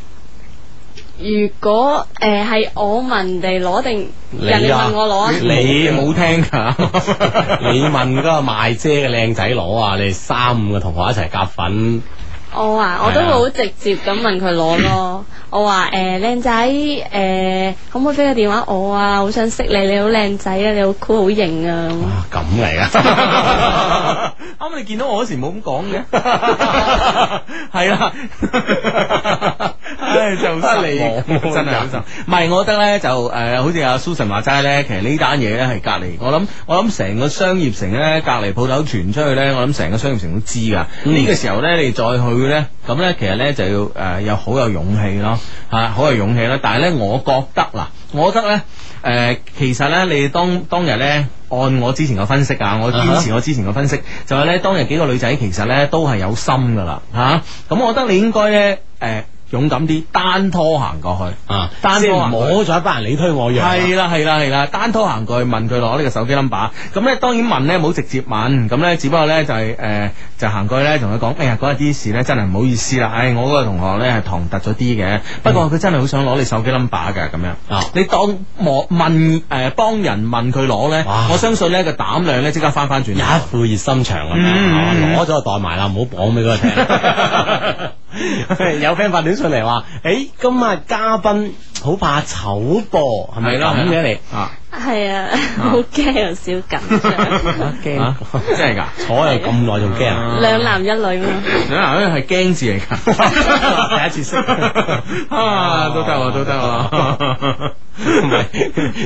D: 如果诶係、我問人哋攞定，
C: 你
D: 人哋
C: 啊
D: 問我攞啊，
B: 哈，你冇聽㗎？
C: 你問嗰個賣姐嘅靚仔攞啊，你哋三五個同學一齊夾粉，
D: 我話我都
C: 係啊
D: 會好直接咁問佢攞咯。我話诶靚仔诶，可唔可以俾個電話我啊？好想識你，你好靚仔啊，你好酷好型啊！咁
C: 哇咁嚟噶，
B: 啱啊你見到我嗰時冇咁講嘅，係啦，唉就好失望
C: 你
B: 真係好失望。唔係，我覺得咧就誒、呃好似阿 Susan 話齋咧，其實呢單嘢咧係隔離，我諗我諗成個商業城咧隔離鋪頭傳出去咧，我諗成個商業城都知㗎。呢、個時候咧，你再去咧，咁咧其實咧就要誒、呃有好有勇氣咯，嚇、啊好有勇氣啦。但係咧，我覺得嗱，我覺得咧誒、呃其實咧你當當日咧。按我之前嘅分析啊，我堅持我之前嘅分析就係咧，當日幾個女仔其實咧都係有心噶啦嚇，咁、我覺得你應該咧誒、呃勇敢啲，單拖行過去。
C: 啊，
B: 單
C: 即係
B: 拖啊
C: 摸咗一班人你推我讓啊，
B: 系啦系啦系啦，單拖行過去問佢攞呢個手機 number，咁咧當然問咧冇直接問，咁咧只不過咧就係、呃就行過去咧同佢講，哎呀嗰日啲事咧真係唔好意思啦，哎唉、我嗰個同學咧係唐突咗啲嘅，不過佢真係好想攞你手機 number 嘅咁樣，
C: 啊
B: 你當我問誒、呃、幫人問佢攞咧
C: 哇，
B: 我相信咧個膽量咧即刻翻翻轉頭。
C: 一副熱心腸咁
B: 嗯
C: 樣，攞咗就袋埋啦，唔好講 俾佢聽。有 friend 發短信嚟話：，誒、今日嘉賓好怕醜噃，係咪
B: 係啦
C: 咁嘅你？
B: 啊，
D: 系啊，好惊又少紧 张，
B: 惊啊真系噶，
C: 坐又咁耐仲驚啊！
D: 两男一女嘛，
B: 兩男人系惊啊字嚟噶，
C: 第一次識
B: 啊，都得喎，都得喎。
C: 唔係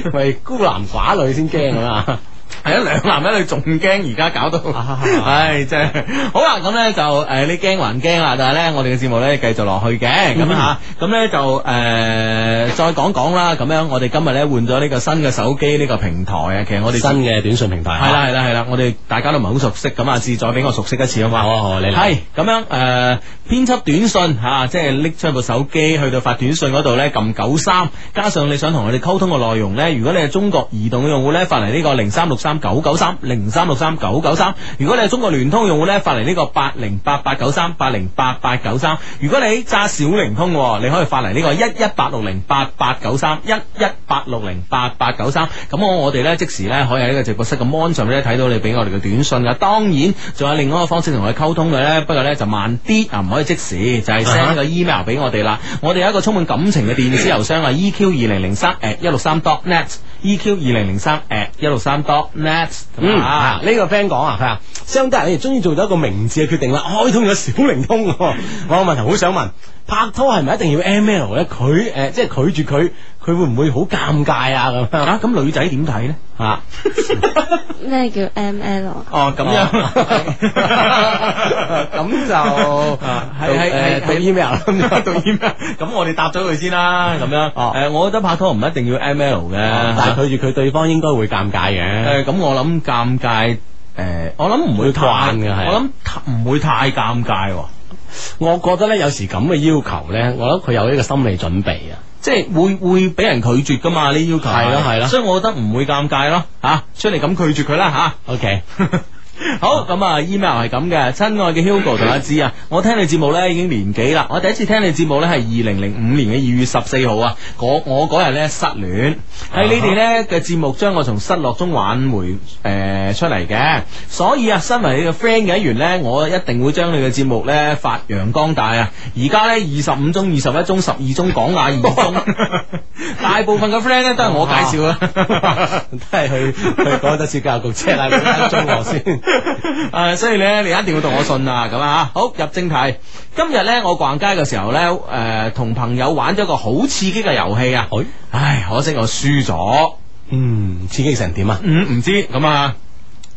C: 唔係孤男寡女先驚啊
B: 系啊，兩男一女仲驚，而家搞到，
C: 啊
B: 唉，真係好啦。咁咧就诶，你驚還驚啦，但係咧我哋嘅節目咧繼續落去嘅，
C: 嗯
B: 咁吓，咁咧就诶再講講啦。咁樣我哋今日咧換咗呢個新嘅手機呢個平台啊，其實
C: 嘛！
B: 我哋
C: 新嘅短信平台
B: 系啦系啦系啦，我哋大家都唔係好熟悉，咁阿志再俾我熟悉一次好嘛？
C: 好啊好啊你嚟
B: 係咁樣诶，编辑短信吓、啊即係拎出部手機去到發短信嗰度咧，撳九三，加上你想同我哋溝通嘅內容咧，如果你係中國移動嘅用戶咧，發嚟呢個零三六三九九三零三六三九九三；如果你係中國聯通用戶咧，發嚟呢個八零八八九三八零八八九三；如果你揸小靈通喎，你可以發嚟呢個一一八六零八八九三一一八六零八八九三。咁我我哋咧即時咧可以喺呢個直播室嘅 mon 上面咧睇到你俾我哋嘅短信噶。當然仲有另外一個方式同我哋溝通嘅咧，不過咧就慢啲啊，唔可以即時，就係 send
C: 啊
B: 個 email 俾我哋啦。我哋有一個充滿感情嘅電子郵箱啊，EQ 二零零三誒一六三 dot net，EQ 二零零三誒一六三 dot net
C: 嗯
B: 啊
C: 啊，。呢個 friend 講啊，佢話相得你哋終於做咗一個明智嘅決定啦，開通咗小靈通喎。 我有問題好想問，拍拖係咪一定要 M L 咧？佢誒、即係拒絕佢，佢會唔會好尷尬啊？咁樣
B: 啊，咁女仔點睇咧？
C: 啊？
D: 咩叫 M L？啊
B: 哦，咁樣， 啊
C: 咁就
B: 係係係
C: 讀誒讀 email 啦。
B: 讀 email，咁我哋答咗佢先啦，咁樣。
C: 哦
B: 誒，我覺得拍拖唔一定要 M L 嘅，
C: 但係拒絕佢，對方應該會尷尬嘅。
B: 诶，咁我諗尷尬，诶，我諗唔會太，
C: 慣嘅係啊
B: 我諗唔會太尷尬喎，
C: 我覺得咧，有時咁嘅要求咧，我諗佢有呢個心理準備啊。
B: 即係會會俾人拒絕噶嘛呢要求，
C: 係咯係咯
B: 所以我覺得唔會尷尬咯，吓，出嚟咁拒絕佢啦，啊吓。
C: OK，
B: 好咁啊，email 係咁嘅，親愛嘅 Hugo 同阿芝啊，我聽你節目呢已經年幾啦，我第一次聽你節目呢係二零零五年嘅二月十四號啊，嗰我嗰日呢失戀，係你哋呢嘅節目將我從失落中挽回誒、呃出嚟嘅，所以啊，身為你嘅 friend 嘅一員呢，我一定會將你嘅節目呢發揚光大啊！而家呢，二十五中、二十一中、十二中、港亞二中，大部分嘅 friend 呢都係我介紹啊。
C: 都係去去講得設教育局車啦，佢中我先。
B: 诶、啊所以咧，你一定要同我信啊，咁啊，好入正題。今日咧，我逛街嘅時候咧，诶、同朋友玩咗個好刺激嘅遊戲啊，
C: 哎
B: 唉，可惜我輸咗，
C: 嗯，刺激成點啊？
B: 嗯，唔知咁啊。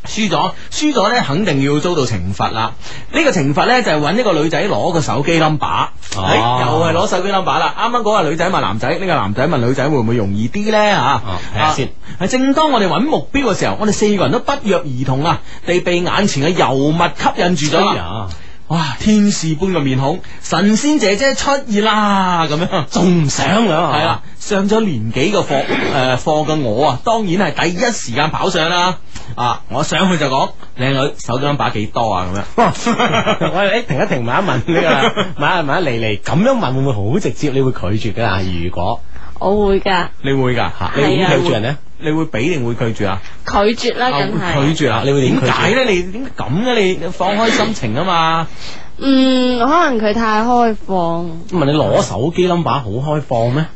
B: 輸咗，輸咗咧，肯定要遭到懲罰啦。呢、個懲罰咧就係揾一個女仔攞個手機 number，
C: 哦
B: 哎又係攞手機 number 啦。啱啱嗰個女仔問男仔，呢、個男仔問女仔會唔會容易啲咧吓？
C: 哦睇下先。
B: 係正當我哋揾目標嘅時候，我哋四個人都不約而同啊，地被眼前嘅尤物吸引住咗啦。
C: 哎呀，
B: 哇！天使般嘅面孔，神仙姐姐出現啦，咁樣。
C: 仲唔想啊？
B: 系 啦，，上咗年紀嘅課诶课嘅我啊，當然係第一時間跑上啦。啊，我上去就講靚女手機 number 幾多啊？咁樣。
C: 我哋停一停，問一問呢個，問一問一嚟嚟，咁樣問會唔會好直接？你會拒絕㗎啦？如果
D: 我會㗎，
B: 你會㗎？
C: 你會點
D: 係啊
C: 拒絕人咧？
B: 你會俾定會拒絕啊？
D: 拒絕啦，梗
B: 啊
D: 係。
B: 會拒絕啊？
C: 你會點拒絕
B: 點解咧？你點解咁嘅？你你放開心情啊嘛。
D: 嗯，可能佢太開放，
C: 問你攞手機 number 好開放咩？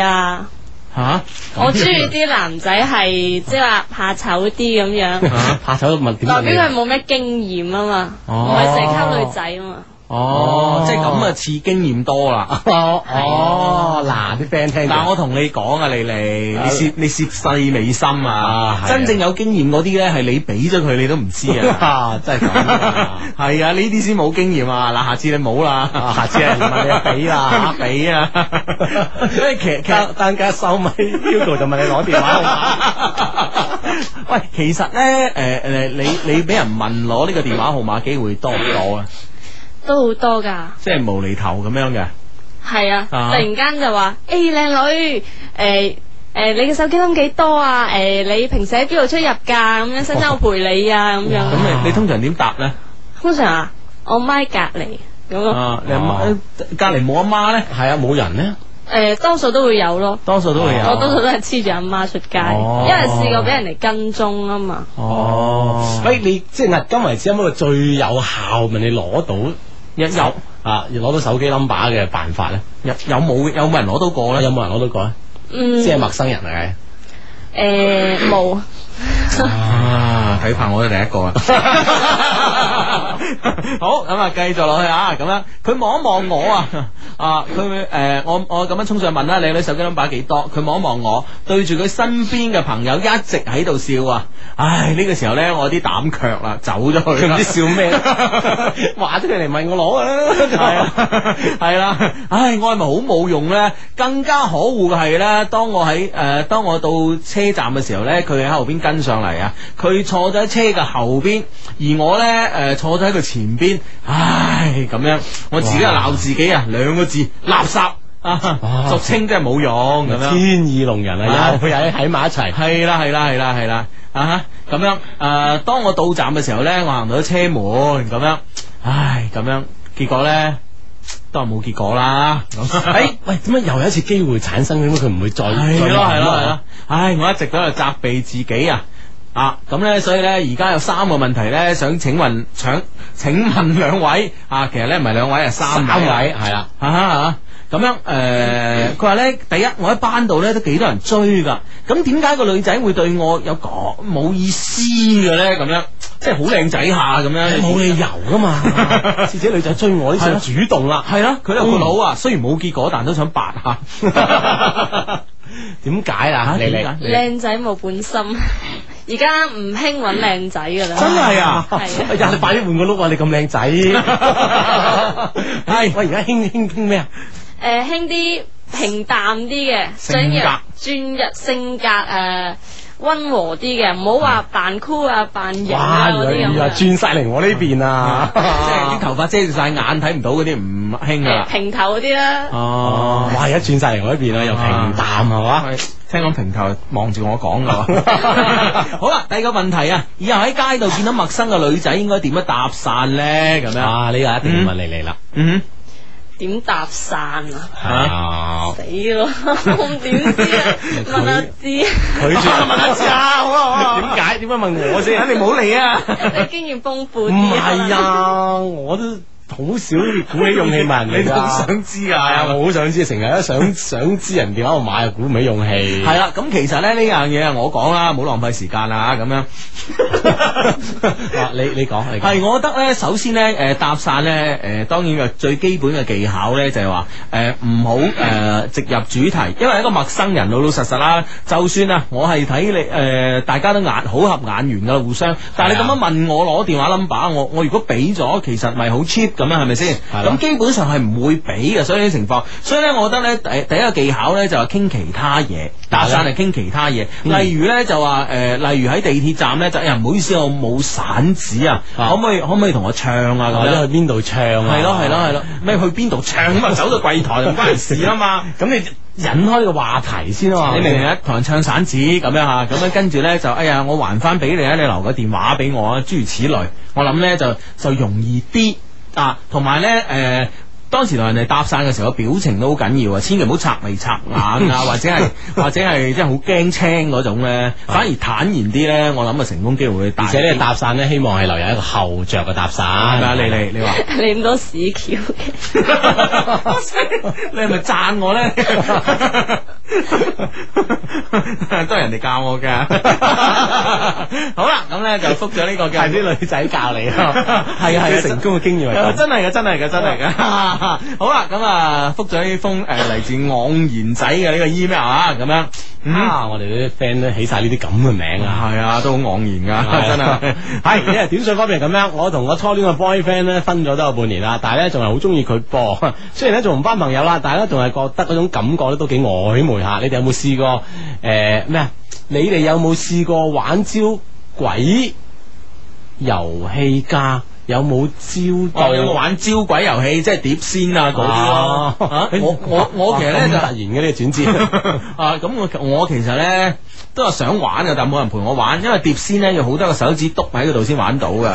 D: 啊。
B: 吓，
D: 我中意啲男仔係即係話怕醜啲咁 樣，
C: 啊
B: 啊
C: 拍手問點
D: 代
C: 問
D: 表佢
C: 你？
D: 冇咩經驗啊嘛，唔
B: 哦
D: 係成級女仔啊嘛。
B: 哦，即係咁啊，似經驗多啦。
C: 哦哦，嗱啲 friend 聽到，
B: 嗱，我同你講啊，你你
C: 啊
B: 你涉你涉世未深
C: 啊
B: 啊
C: 係，啊
B: 真正有經驗嗰啲咧，係你俾咗佢，你都唔知啊。
C: 啊真係咁啊。
B: 系啊，呢啲先冇經驗啊！嗱，下次你冇啦，
C: 啊下次係唔問你俾啦
B: 俾啊！所以其 實其實
C: 單單家收咪 Hugo 就問你攞電話號
B: 啊 喂，其實咧，诶、诶，你你俾人問攞呢個電話號碼機會多唔多啊？
D: 都好多㗎，
B: 即係無厘頭咁樣嘅。
D: 係啊！
B: 啊
D: 突然間就話：，诶、靚女，诶、诶、你嘅手機冧幾多啊？诶、你平時喺邊度出入㗎？咁樣使唔使我陪你啊？咁
B: 咁
D: 樣
B: 你你通常點答 咧？
D: 通常啊，我咪隔離咁咯，
B: 啊，你阿
C: 哦
B: 媽隔離冇阿媽咧，
C: 碼，係啊，冇人咧，
D: 诶、多數都會有咯。
B: 多數都會有。
D: 我哦多數都係黐住阿媽出街，
B: 哎哦
D: 因為試過俾人哋跟蹤啊嘛。
B: 哦，
C: 喂，你即係嗱，今為止有冇個最有效問你攞到
B: 有有
C: 啊，要攞到手機 number 嘅辦法咧？ 啊
B: 有有冇有冇人攞到過咧？
C: 有冇人攞到過咧？
D: 嗯，
C: 即係陌生人嚟嘅，
D: 诶冇，
B: 啊，睇怕我都第一 个啦。好，咁啊，繼續落去啊，咁樣佢望一望我啊，啊，佢誒、我我咁樣衝上去問啦，靚女手機 number 幾多？佢望一望我，對住佢身邊嘅朋友一直喺度笑啊！唉，呢、個時候咧，我有啲膽怯啦，走咗去啦。
C: 佢唔知笑咩， 話咗佢嚟問我攞
B: 系
C: 啊，
B: 啊，系啦，唉，我系咪好冇用咧？更加可惡嘅係咧，當我喺诶、呃，当我到車站嘅時候咧，佢喺後邊跟上嚟啊，佢坐咗喺車嘅後邊，而我咧诶、呃坐咗喺佢前邊，唉，咁樣我自己又鬧自己啊，兩個字，垃圾啊，
C: 哇
B: 俗稱真係冇用咁樣。
C: 天意弄人啊，又又喺埋一齊。
B: 系啦系啦系啦系啦啊哈咁样诶、呃，当我到站嘅时候咧，我行唔到车门咁样，唉咁样，结果咧都系冇结 果啦。 咁
C: 诶，哎喂，點解又有一次機會產生？點解佢唔會再
B: 系咯系
C: 再諗
B: 咯
C: 啊
B: 系咯，唉，我一直都喺度責備自己啊。啊，咁咧，所以咧，而家有三個問題咧，想請問，想請問兩位啊，其實咧唔係兩位，係三
C: 三
B: 位
C: 位係啦，
B: 啊咁樣誒，呃佢話咧，第一我喺班度咧都幾多人追噶，咁點解個女仔會對我有講冇意思嘅咧？咁樣即係好靚仔下咁樣，
C: 冇理由 噶嘛，至少女仔嗯追我呢
B: 係啊
C: 想主動啦，
B: 係啦，佢有個腦啊，雖然冇結果， 但都想白下。
C: 點解啊？
B: 嚇
C: 你
B: 點解
C: 你
D: 靚仔冇本心， 而家唔興揾靚仔噶啦，
C: 真係啊！
D: 係啊
C: 哎呀，你快啲換個碌啊！你咁 靚仔，係喂，而家興興興咩啊？
D: 诶興啲平淡啲嘅，
B: 性格
D: 專一專一性格诶温和啲嘅，唔好話扮 cool 啊扮型
C: 嗯哇！
D: 啊
C: 原
D: 嗰
C: 來
D: 啲
C: 原
D: 咁
C: 來
D: 樣。
C: 轉晒嚟我呢邊 啊！
B: 即係啲頭髮遮住晒眼睇唔到嗰啲唔興噶
D: 誒
C: 啊
B: 啦。
D: 平頭嗰啲啦，
B: 哦
C: 哇！而家轉晒嚟我呢邊啊，又平淡係嘛？
B: 聽講平頭望住我講噶。 好啦，第二個問題啊，以後喺街度見到陌生嘅女仔，應該點樣搭訕咧？咁樣，
C: 啊！呢個一定要問你嚟啦，
B: 嗯，
D: 點搭訕啊？
C: 啊！
D: 死咯， 我點知啊？問阿 志，
C: 拒
D: 你
C: 絕
B: 問一次啊好啊好 啊
C: 點解？點解問我
B: 即係
C: 先？
B: 你唔好理啊。
D: 經驗豐富
C: 唔
D: 啲。
C: 係， 啊，我都好少鼓起勇氣問人
B: 你
C: 哋
B: 都
C: 㗎。
B: 想知
C: 係啊，
B: 啊？
C: 我好想知，成日都想 想知人哋喺度買，又鼓唔起勇氣。
B: 系啦，咁其實咧呢樣嘢啊我講啦，唔好浪費時間啦，咁樣。
C: 啊，你你講，你
B: 係，
C: 講
B: 我覺得咧，首先咧，誒、搭訕咧，誒、當然嘅最基本嘅技巧咧，就係話誒唔好誒直入主題，因為一個陌生人老老實實啦，就算啊，我係睇你誒、大家都眼好合眼緣噶啦，互相，但係你咁
C: 係啊
B: 樣問我攞電話 number，我啊我如果俾咗，其實咪好 cheap 咁樣，啊係咪先？
C: 係咯
B: 咁基本上係唔會俾嘅，所以呢啲情況，所以咧，我覺得咧，第第一個技巧咧就係傾其他嘢，搭訕係傾其他嘢，例如咧就話誒、呃例如喺地鐵站咧就，哎呀唔好意思，我冇散紙啊，
C: 啊
B: 可唔可以可唔可以同我唱啊
C: 或
B: 咁
C: 者
B: 樣？
C: 去邊度唱啊？
B: 係咯係咯係咯，咩去邊度唱咁啊？走到櫃台就唔關人事啦 嘛。
C: 咁你引開個話題先啊嘛。
B: 你明唔明啊？同人唱散紙咁樣吓，咁樣跟住咧就，哎呀，我還翻俾你啊！你留個電話俾我啊，諸如此類。我諗咧就就容易啲啊，同埋咧诶。當時同人哋搭訕嘅時候，表情都好緊要啊！千祈唔好擦眉擦 眼啊，或者係或者係即係好驚青嗰種咧，反而坦然啲咧，我諗啊成功機會會大啲。
C: 而且呢個搭訕咧，希望係留有一個後着嘅搭訕。
B: 係咪啊？你你 你話
D: 你咁多屎橋嘅，
B: 你係咪讚我咧？都係人哋教我㗎。 好啦，咁咧就覆咗呢個嘅
C: 係啲女仔教 你 啊，
B: 係啊係啊
C: 佢成功嘅經驗係
B: 啊
C: 咁。
B: 真係嘅，真係嘅，真係嘅。 好啦，咁啊，覆咗呢封诶嚟自昂然仔嘅呢個 email 啊，咁樣嗯。
C: 啊！我哋啲 friend 咧起晒呢啲咁嘅名啊！
B: 系啊，都好昂然噶， 真係
C: 系，因為短信方面係咁樣，我同我初戀嘅 boyfriend 咧分咗都有半年啦，但係咧仲係好中意佢噃。 雖然咧做唔翻朋友啦，但係咧仲係覺得嗰種感覺咧都幾曖昧下。你哋有冇試過诶咩啊？你哋有冇試過玩招鬼遊戲㗎？有冇招
B: 我
C: 到？
B: 哦有冇玩招鬼遊戲，即係碟仙啊嗰啲咯
C: 啊。
B: 啊我我我 其實咧
C: 咁
B: 就
C: 突然嘅呢個轉折，
B: 啊，咁我我其實咧都係想玩嘅，但冇人陪我玩，因為碟仙咧要好多個手指篤喺嗰度先玩到 嘅。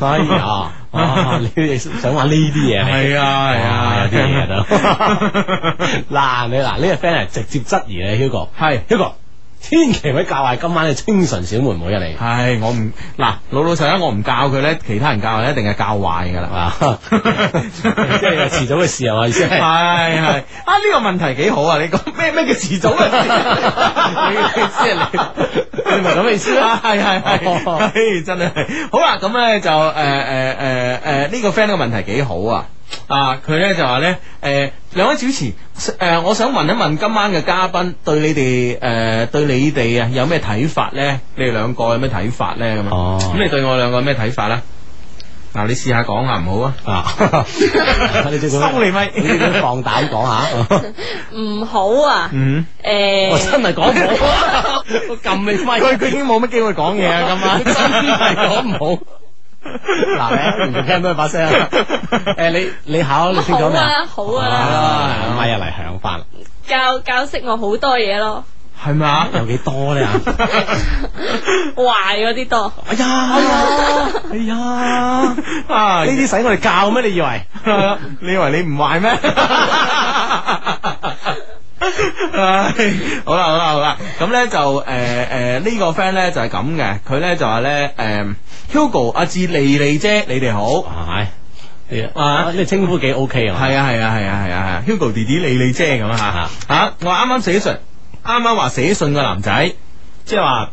C: 哎呀！啊！你哋想玩呢啲嘢嚟？
B: 啊
C: 哇有啲 嘢都嗱，你嗱呢個 friend 係直接質疑你 Hugo，
B: 係
C: Hugo。千祈咪教坏今晚嘅清純小妹妹 啊你。
B: 唉，我唔嗱老老實實，我唔教佢咧，其他人教佢一定係教壞噶啦。
C: 啊，即係遲早嘅事係嘛意思
B: 系系
C: 係？
B: 啊！呢、個問題幾好啊！你講咩咩叫遲早嘅 事？你你知啊你
C: 你咪咁嘅意思啦
B: 係係 係，係真係好啦！咁咧就誒誒誒誒呢個 friend 嘅問題幾好啊！啊，佢咧就話咧誒兩位主持誒、我想問一問今晚嘅嘉賓對你哋誒、對你哋啊有咩睇法咧？你哋兩個有咩睇法咧？咁啊
C: 哦
B: 咁你對我兩個有咩睇法咧？嗱、你試下講下唔好啊！
C: 啊，你哋咁 樣
B: 收你咪
C: 你哋咁樣放膽 講下，
I: 唔好啊，
B: 嗯。
I: 诶、
C: 我真係講唔好，啊我撳你咪，
B: 佢佢已經冇乜機會講嘢啊，今晚
C: 真係講唔好。嗱，你唔聽到佢把聲啊？誒，你你考你先
I: 好
C: 講 咩啊？
I: 啊，好
C: 係
I: 啊，
C: 啊，咪又嚟響翻啦，
I: 教教識我好多嘢咯，
B: 係咪啊？
C: 有幾 多咧啊？
I: 壞嗰啲多，哦
C: 哎呀，哎呀，
B: 啊，
C: 呢
B: 呢
C: 啲使我哋教咩？你以為？
B: 啲你以為你唔壞咩？唉，好啦好啦好啦，咁咧就誒誒呢個 friend 咧就係咁嘅，佢咧就話咧誒 Hugo 阿志莉莉姐，你哋好。
C: 係，你
B: 啊
C: 啊，呢個稱呼幾 OK 啊？
B: 系啊系啊系啊系啊係啊，Hugo 弟弟你你姐咁啊吓吓，我啱啱寫信，啱啱話寫信個男仔，即係話。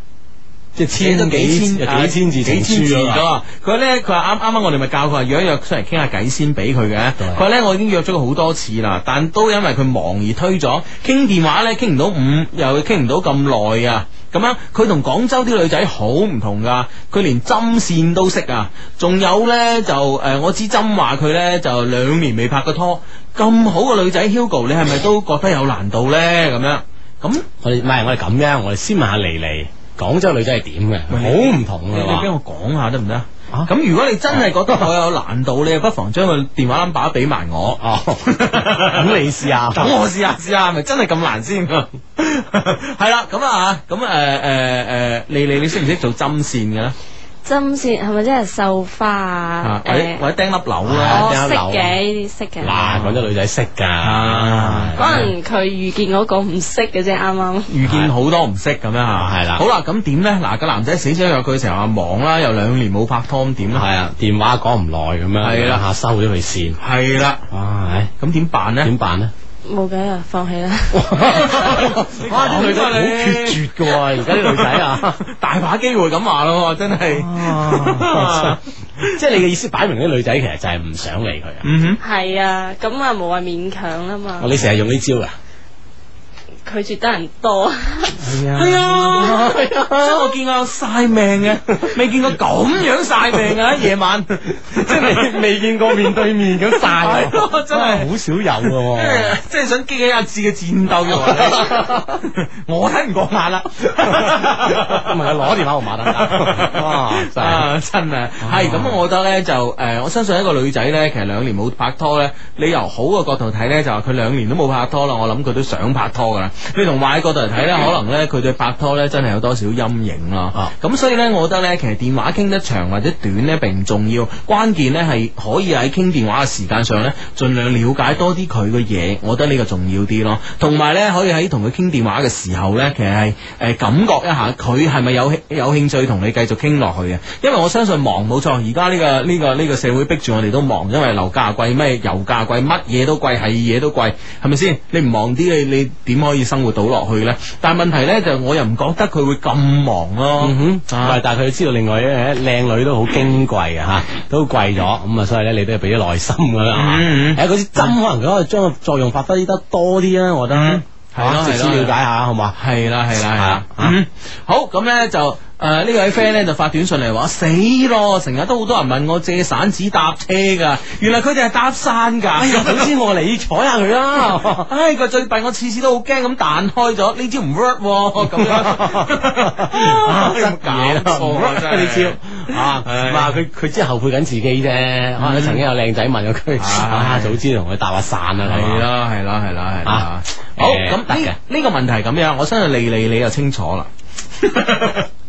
B: 即
C: 係千
B: 咗幾
C: 幾
B: 千啊
C: 幾千字
B: 幾千字
C: 情書
B: 噶
C: 啊。
B: 佢咧佢話啱啱啱我哋咪教佢話約一約出嚟傾下偈先俾佢嘅。
C: 對
B: 佢話咧我已經約咗佢好多次啦，但都因為佢忙而推咗。傾電話咧傾唔到五，又傾唔到咁耐啊。咁樣佢同廣州啲女仔好唔同噶，佢連針線都識啊。仲有咧就誒、呃我知針話佢咧就兩年未拍過拖。咁好嘅女仔 Hugo，你係咪都覺得有難度咧？咁樣咁。
C: 我哋唔係我哋咁樣，我哋先問下莉莉，廣州女仔係點嘅？
B: 喂
C: 好唔同
B: 你
C: 嘅
B: 你俾
C: 話，
B: 我講下得唔得啊？
C: 啊
B: 咁如果你真係覺得我有難度，你不妨將個電話 number 俾埋我。
C: 哦，咁你試下，
B: 等我試下試下，係咪真係咁難 先？係啦，咁啊，咁誒誒誒，你你你識唔識做針線嘅咧？
D: 針線係咪即係繡花啊
B: 啊？，或者
D: 誒
B: 或者釘粒紐
C: 啊
B: 咧？
D: 我
C: 掟
D: 識
C: 樓啊
D: 嘅呢啲識嘅，
C: 嗱，廣州女仔識
B: 啊
C: 㗎，
D: 可能佢遇見嗰個唔識嘅啫，啱啱。
B: 遇見好多唔識咁樣嚇，
C: 係啦
B: 好啦，咁點咧？嗱，個男仔死咗約佢成日話忙啦，又兩年冇拍拖，咁點咧？
C: 係啊，電話講唔耐咁樣，
B: 係啦
C: 一下收咗佢線，
B: 係啦，
C: 哇，
B: 咁點辦
C: 係
B: 咧？
C: 點 辦咧？
D: 冇計啊，放棄啦！
B: 哇
C: 哇，啲女仔好決絕㗎喎，而家啲女仔啊，
B: 大把機會咁話咯，真係。
C: 啊即係你嘅意思擺明啲女仔其實就係唔想理佢啊。
B: 嗯
I: 係啊，咁啊無謂勉強啦嘛
C: 哦，你成日用呢招㗎？
I: 拒絕得人 多，
C: 係
B: 哼，係，啊，係啊，我見過有晒命嘅，未見過咁樣晒命嘅夜晚，即係未未見過面對面咁晒啊
C: 係
B: 喎，真係。
C: 好少有㗎喎。
B: 即係想激起阿志嘅戰鬥嘅 話，我睇唔過眼啦。
C: 唔係佢攞電話號碼得唔得？ 哇！真係
B: 啊，真啊，係咁，我覺得咧就誒、呃我相信一個女仔咧，其實兩年冇拍拖咧，你由好嘅角度睇咧，就話佢兩年都冇拍拖啦，我諗佢都想拍拖噶啦。你從壞嘅角度嚟睇咧，可能咧佢對拍拖咧真係有多少陰影啦
C: 啊。
B: 咁、所以咧，我覺得咧，其實電話傾得長或者短咧並唔重要，關鍵咧係可以喺傾電話嘅時間上咧，盡量了解多啲佢嘅嘢，我覺得呢個重要啲咯。同埋咧，可以喺同佢傾電話嘅時候咧，其實係誒、呃感覺一下佢係咪有興有興趣同你繼續傾落去嘅，因為我相信忙冇錯，而家呢個呢、個呢、個社會逼住我哋都忙，因為樓價貴，咩油價貴，乜嘢都貴，係嘢都貴，係咪先？你唔忙啲，你你點可以生活到落去咧？但係問題咧就我又唔覺得佢會咁忙咯。
C: 嗯哼，
B: 啊
C: 唔係，但係佢知道另外一樣嘢，靚女都好矜貴嘅嚇，都貴咗，咁啊，所以咧你都要俾啲耐心㗎啦。
B: 嗯嗯
C: 誒，嗰支針可能佢可以將個作用發揮得多啲啊，我覺得
B: 嗯。係咯
C: 啊直接
B: 係咯
C: 了解下好嘛？
B: 系啦系啦系啦
C: 啊，
B: 嗯，好咁咧就呃誒呢、位 friend 咧就發短信嚟話死咯，成日都好多人問我借散紙搭車㗎，原來佢哋係搭山㗎。
C: 哎 呀，總之我理睬下佢啦。
B: 唉，佢最弊，我次次都好驚咁彈開咗，呢招唔 work 喎咁
C: 啊
B: 樣，啊
C: 真嘢啦，唔得呢 招嗯啊！
B: 唉
C: 咁啊，佢佢只係後悔緊自己啫，可能佢曾經有靚仔問過佢，
B: 唉
C: 啊，早知同佢搭下散啦，係
B: 啊係啦，係
C: 嘛
B: 啦，係啦，係啦
C: 啊。
B: 好，
C: 誒
B: 咁
C: 得嘅
B: 呢呢個問題係咁樣，我相信你你你就清楚啦。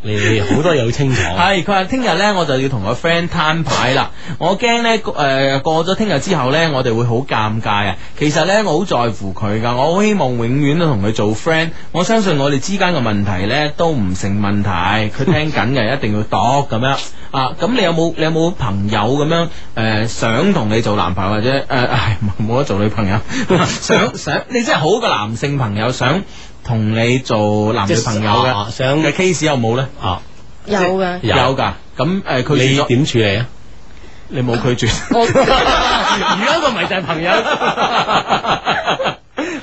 C: 你好多嘢好清楚。
B: 系，佢話聽日咧我就要同個 friend 攤牌啦，我驚咧诶過咗聽日之後咧，我哋會好尷尬啊。其實咧我好在乎佢噶，我好希望永遠都同佢做 friend。我相信我哋之間嘅問題咧都唔成問題，佢聽緊嘅一定要度咁樣啊。咁你有冇你有冇朋友咁樣诶、呃想同你做男朋友或者诶唉冇冇得做女朋友， 想想你真係好個男性朋友想同你做男女朋友嘅、
C: 啊想
B: 嘅 case 有冇咧？
C: 啊，
I: 有 嘅，
C: 有呃
B: 有噶，咁诶拒
C: 你
B: 絕 咗，
C: 點處理啊？
B: 你冇拒絕，
I: 我
C: 而家個咪就係朋友，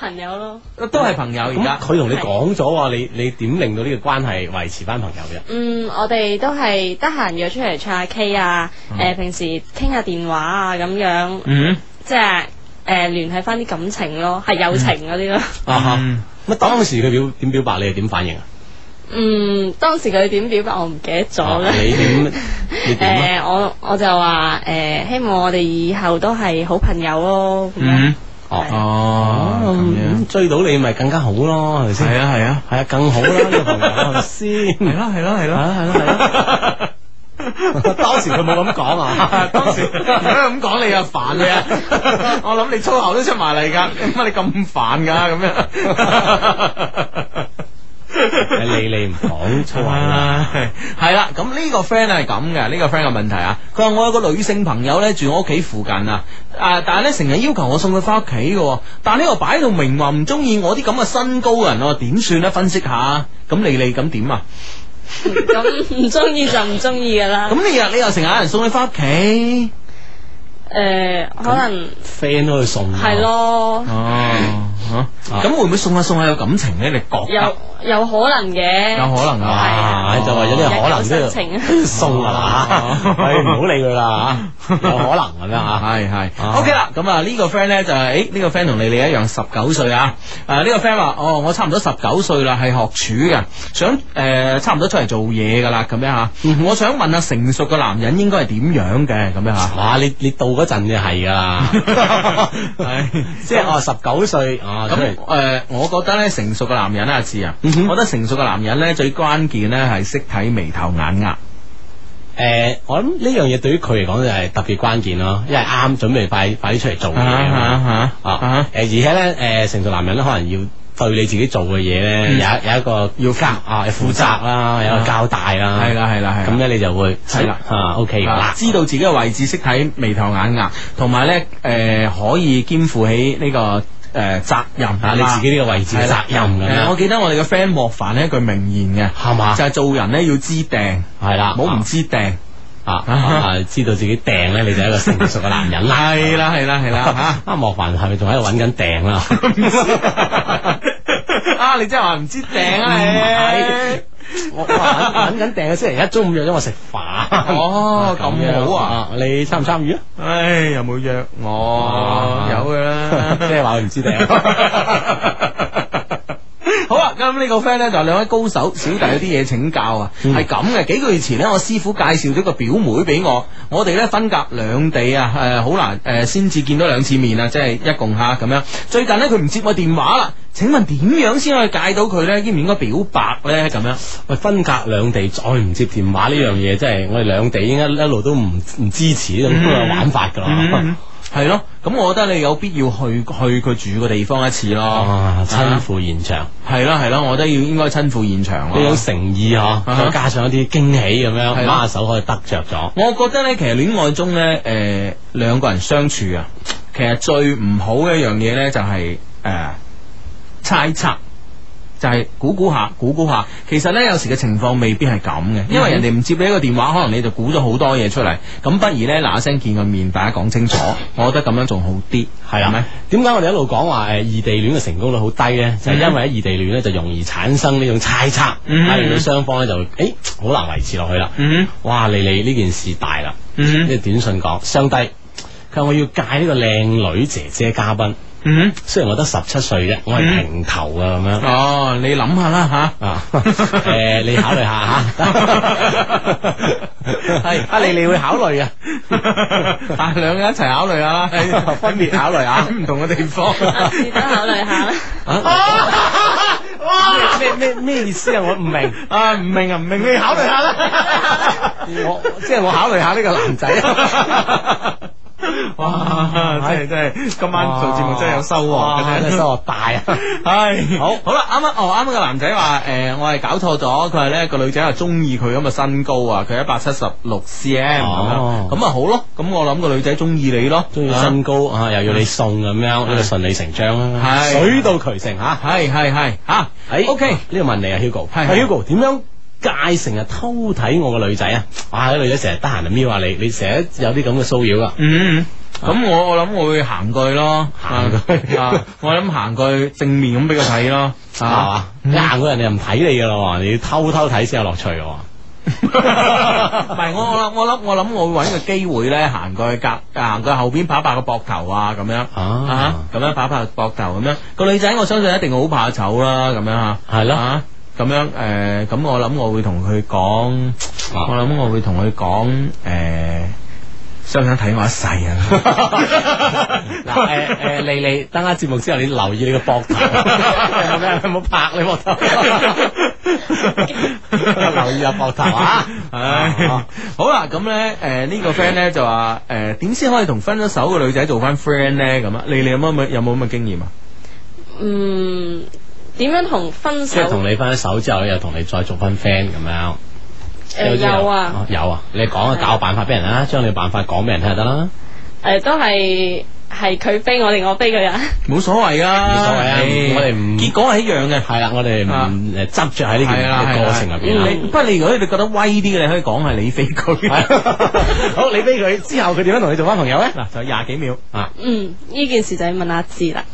I: 朋友咯，
B: 都係朋友而
C: 咁啊
B: 家。
C: 佢同你講咗話，你你點令到呢個關係維持翻朋友嘅？
I: 嗯，我哋都係得閒約出嚟唱下 K 啊，
C: 嗯
I: 诶、平時傾下電話啊，咁樣
B: 嗯
I: 即係诶聯繫翻啲感情咯，係友情嗰啲咯。
C: 啊哈
B: 嗯
C: 咁當時佢表點表白，你係點反應啊？
I: 嗯，當時佢點表白我唔記得咗啦
C: 啊。你點 你點啊？
I: 诶、我我就話诶、誒希望我哋以後都係好朋友咯。咁樣
B: 嗯，
I: 係
B: 哦
C: 哦
B: 咁樣
C: 咁追到你咪更加好咯，係咪先？
B: 係啊係啊，
C: 係啊，更好啦，呢個朋友係咪先？
B: 係咯係咯係咯。
C: 係咯係咯。當時佢冇咁 講啊，
B: 當時如果咁講你又煩你 啊！我諗你粗口都出埋嚟㗎，點解你咁煩㗎咁樣？
C: 你你唔講粗口啦。
B: 唉 係啦，咁呢個 friend 係咁嘅，呢、個 friend 嘅問題啊，佢話我有個女性朋友咧住我屋企附近啊，啊但係咧成日要求我送佢翻屋企嘅喎，但係呢個擺到明話唔中意我啲咁嘅身高嘅人，我話點算咧？分析下，咁你你咁點啊？
I: 咁唔中意就唔中意噶
D: 啊
I: 啦。
B: 咁你又你又成日有人送你翻屋企，
I: 诶、可能
C: friend 都去送啊，
I: 係咯，
B: 哦，
C: 啊
B: 咁會唔會送下送下有感情咧？你覺得
I: 有有可能嘅。
B: 有可能啊？
C: 啊，就為咗呢個可能都
I: 日久
C: 要
I: 生情啊。
C: 送啊嘛，唉唔好理佢啦吓，有可能咁樣吓。
B: 系系
C: 啊
B: ，OK 啦，咁啊呢個 friend 咧就係，诶呢個 friend 同你哋一樣十九歲啊，诶呢個 friend 話，哦我差唔多十九歲啦，係學廚嘅，想诶差唔多出嚟做嘢噶啦，咁樣吓，
C: 嗯
B: 我想問下成熟嘅男人應該係點樣嘅咁樣吓，
C: 哇！你你到嗰陣就係噶啦，
B: 係
C: 即係哦我十九歲啊，
B: 咁
C: 咁
B: 誒、我覺得咧成熟嘅男人啊，阿志啊，
C: 嗯哼
B: 我覺得成熟嘅男人咧最關鍵咧係識睇眉頭眼額。
C: 誒，我諗呢樣嘢對於佢嚟講就係特別關鍵咯，因為啱準備快快啲出嚟做嘢啊嘛。
B: 啊
C: 啊，誒而且咧，誒、成熟男人咧，可能要對你自己做嘅嘢咧，有一有一個要交啊，負責啦，有一個交代啦，
B: 係啦係啦係啦
C: 咁咧你就會
B: 係啦
C: 啊，OK 㗎
B: 啊
C: 啦，
B: 知道自己嘅位置，識睇眉頭眼額，同埋咧誒可以肩負起呢、個誒、責任
C: 啊，你自己呢個位置嘅
B: 係啊
C: 責
B: 啦呃
C: 任咁
B: 誒我
C: 樣，啊
B: 記得我哋嘅 friend 莫凡呢一句名言
C: 係嘛
B: 嘅，就係做人咧要知定，
C: 係啦，
B: 唔好唔知定。
C: 啊啊啊，知道自己掟咧，你就係一個成熟嘅男人啦。
B: 係啦係啦係 啦
C: 啊，莫凡係咪仲喺度揾緊掟啦？
B: 嚇！啊，你真係話唔知定啊你
C: 嗯係？ 我我話揾揾緊掟嘅星期一中午約咗我食飯。
B: 哦，咁好啊！！
C: 你參唔參與啊？
B: 唉，有哎冇約我？
C: 啊
B: 有嘅啦，
C: 即係話佢唔知啊定。
B: 好啊，咁呢個 friend 咧就兩位高手，小弟有啲嘢請教啊，
C: 嗯
B: 係咁嘅。幾個月前呢，我師傅介紹咗個表妹俾我，我哋咧分隔兩地啊，誒、好難誒先至見到兩次面啊，即係一共下咁樣。最近呢，佢唔接我電話啦，請問點樣先可以戒到佢呢？應唔應該表白呢？咁樣
C: 喂，分隔兩地再唔接電話呢樣嘢，真係我哋兩地應該一路都唔唔支持呢種
B: 嗯
C: 玩法㗎啦。
B: 哦係咯，咁我覺得你有必要去去佢住個地方一次咯。
C: 啊，親赴現場，
B: 系啦系啦，我覺得要應該親赴現場啊
C: 呢種
B: 咯。
C: 誠意嗬，
B: 哈
C: 再加上一啲驚喜咁
B: 係
C: 樣，
B: 咯
C: 孖手可以得着咗。
B: 我覺得咧，其實戀愛中咧，诶、兩個人相處啊，其實最唔好嘅一樣嘢咧，就係呃猜測。就係估估下，估估下。其實咧，有時嘅情況未必係咁嘅，因為人哋唔接你一個電話，可能你就估咗好多嘢出嚟。咁不如咧嗱一聲見個面，大家講清楚。我覺得咁樣仲好啲，
C: 係
B: 係咪
C: 啦，點解我哋一路講話誒異地戀嘅成功率好低咧？就係因為喺異地戀咧就容易產生呢種猜測，
B: 嗯
C: 啊令到雙方咧就誒好難維持落去啦。
B: 嗯
C: 哇！你你呢件事大啦，
B: 嗯
C: 呢短信講相低，佢話我要戒呢個靚女姐姐嘉賓。
B: 嗯，
C: 雖然我得十七歲啫，我係平頭噶咁 樣
B: 哦，你諗下啦吓。
C: 啊， 誒，你考慮下 吓，
B: 係
C: 啊，你你會考 慮啊，
B: 但系啊兩個一齊考慮下啊啦，
C: 分別考慮啊 下
B: 喺唔同嘅地方。
I: 啊，值得考慮下啦。
C: 啊
B: 咩咩
C: 咩咩意思啊？我唔明，
B: 啊，唔明啊，唔明你考慮下啦。
C: 我即係我考慮下 呢個男 仔。
B: 哇！真係真係，今晚做節目真係有收穫
C: 哇
B: 嘅
C: 真係收穫大啊！
B: 系好好啦，啱啱哦，啱啱個男仔話诶，誒我係搞錯咗，佢係咧個女仔係中意佢咁嘅身高啊，佢一百七十六 cm 咁
C: 哦
B: 樣，咁啊好咯，咁我諗個女仔中意你咯，
C: 中意身高啊，又要你送咁樣，呢個順理成章啦。
B: 係
C: 水到渠成吓。
B: 啊，係係係吓，
C: 诶
B: OK
C: 呢個問你啊，Hugo，
B: 係
C: 喂 Hugo 點樣戒成日偷睇我個女仔啊？哇！啲女仔成日得閒就瞄下你，你成日有啲咁嘅騷擾啊！
B: 嗯。咁我我谂我會行過去咯，行去啊！我諗行過去正面咁俾佢睇咯，啊
C: 系嘛？
B: 嗯
C: 你行過人哋就唔睇你噶咯，你要偷偷睇先有樂趣嘅喎。
B: 啊唔係我我諗我諗我諗我會揾個機會咧行過去隔啊行過去後邊拍一拍個膊頭啊咁樣啊咁樣拍一拍個膊頭咁樣個女仔我相信一定好怕醜啦咁樣嚇
C: 係咯
B: 啊咁樣誒咁、我諗我會同佢講，我
C: 啊
B: 諗我會同佢講誒。想唔想睇我一世啊？
C: 嗱，诶诶，誒你你等下節目之後，你留意你個膊 頭，有咩有冇拍你膊 頭？留意下膊頭 啊！
B: 唉，好啦，咁咧，诶呢個 friend 咧就話，诶點先可以同分咗手嘅女仔做翻 friend 咧？咁啊，你你有冇咁有冇咁嘅經驗啊？
I: 嗯，點樣同分
C: 即
I: 手？
C: 係同你分咗手之後，又同你再做翻 friend 咁樣。
I: 誒有啊，
C: 哦有啊，你講啊，搞個辦法俾人啦，將你辦法講俾人聽就得啦。
I: 誒都係係佢飛我定我飛佢啊？
B: 冇所謂啊，
C: 冇所謂啊
B: 唉
C: 我哋唔
B: 結果係一樣嘅。
C: 係啦，我哋
B: 啊
C: 唔誒執着喺呢
B: 係啦，
C: 件
B: 係啦
C: 過程入邊啊
B: 嗯你
C: 啦。
B: 不過你如果你覺得威啲嘅，你可以講係你飛佢。
C: 好，你俾佢之後，佢點樣同你做翻朋友咧？
B: 嗱，仲有廿幾秒。
I: 嗯，呢件事就要問阿志啦。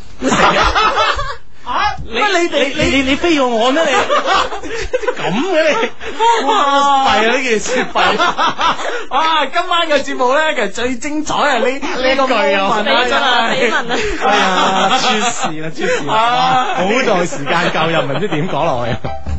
C: 你你你你你飛過我 咩你？咁嘅你，
B: 哦
C: 哇！弊啊呢件事弊。啊
B: 哇！啊今晚嘅節目咧，其實最精彩係呢呢個句
I: 死
B: 啊，
I: 問啊，死問啊！
C: 哎呀，出事啦，出事啦！
B: 啊
C: 好在時間夠，又唔知點講落去。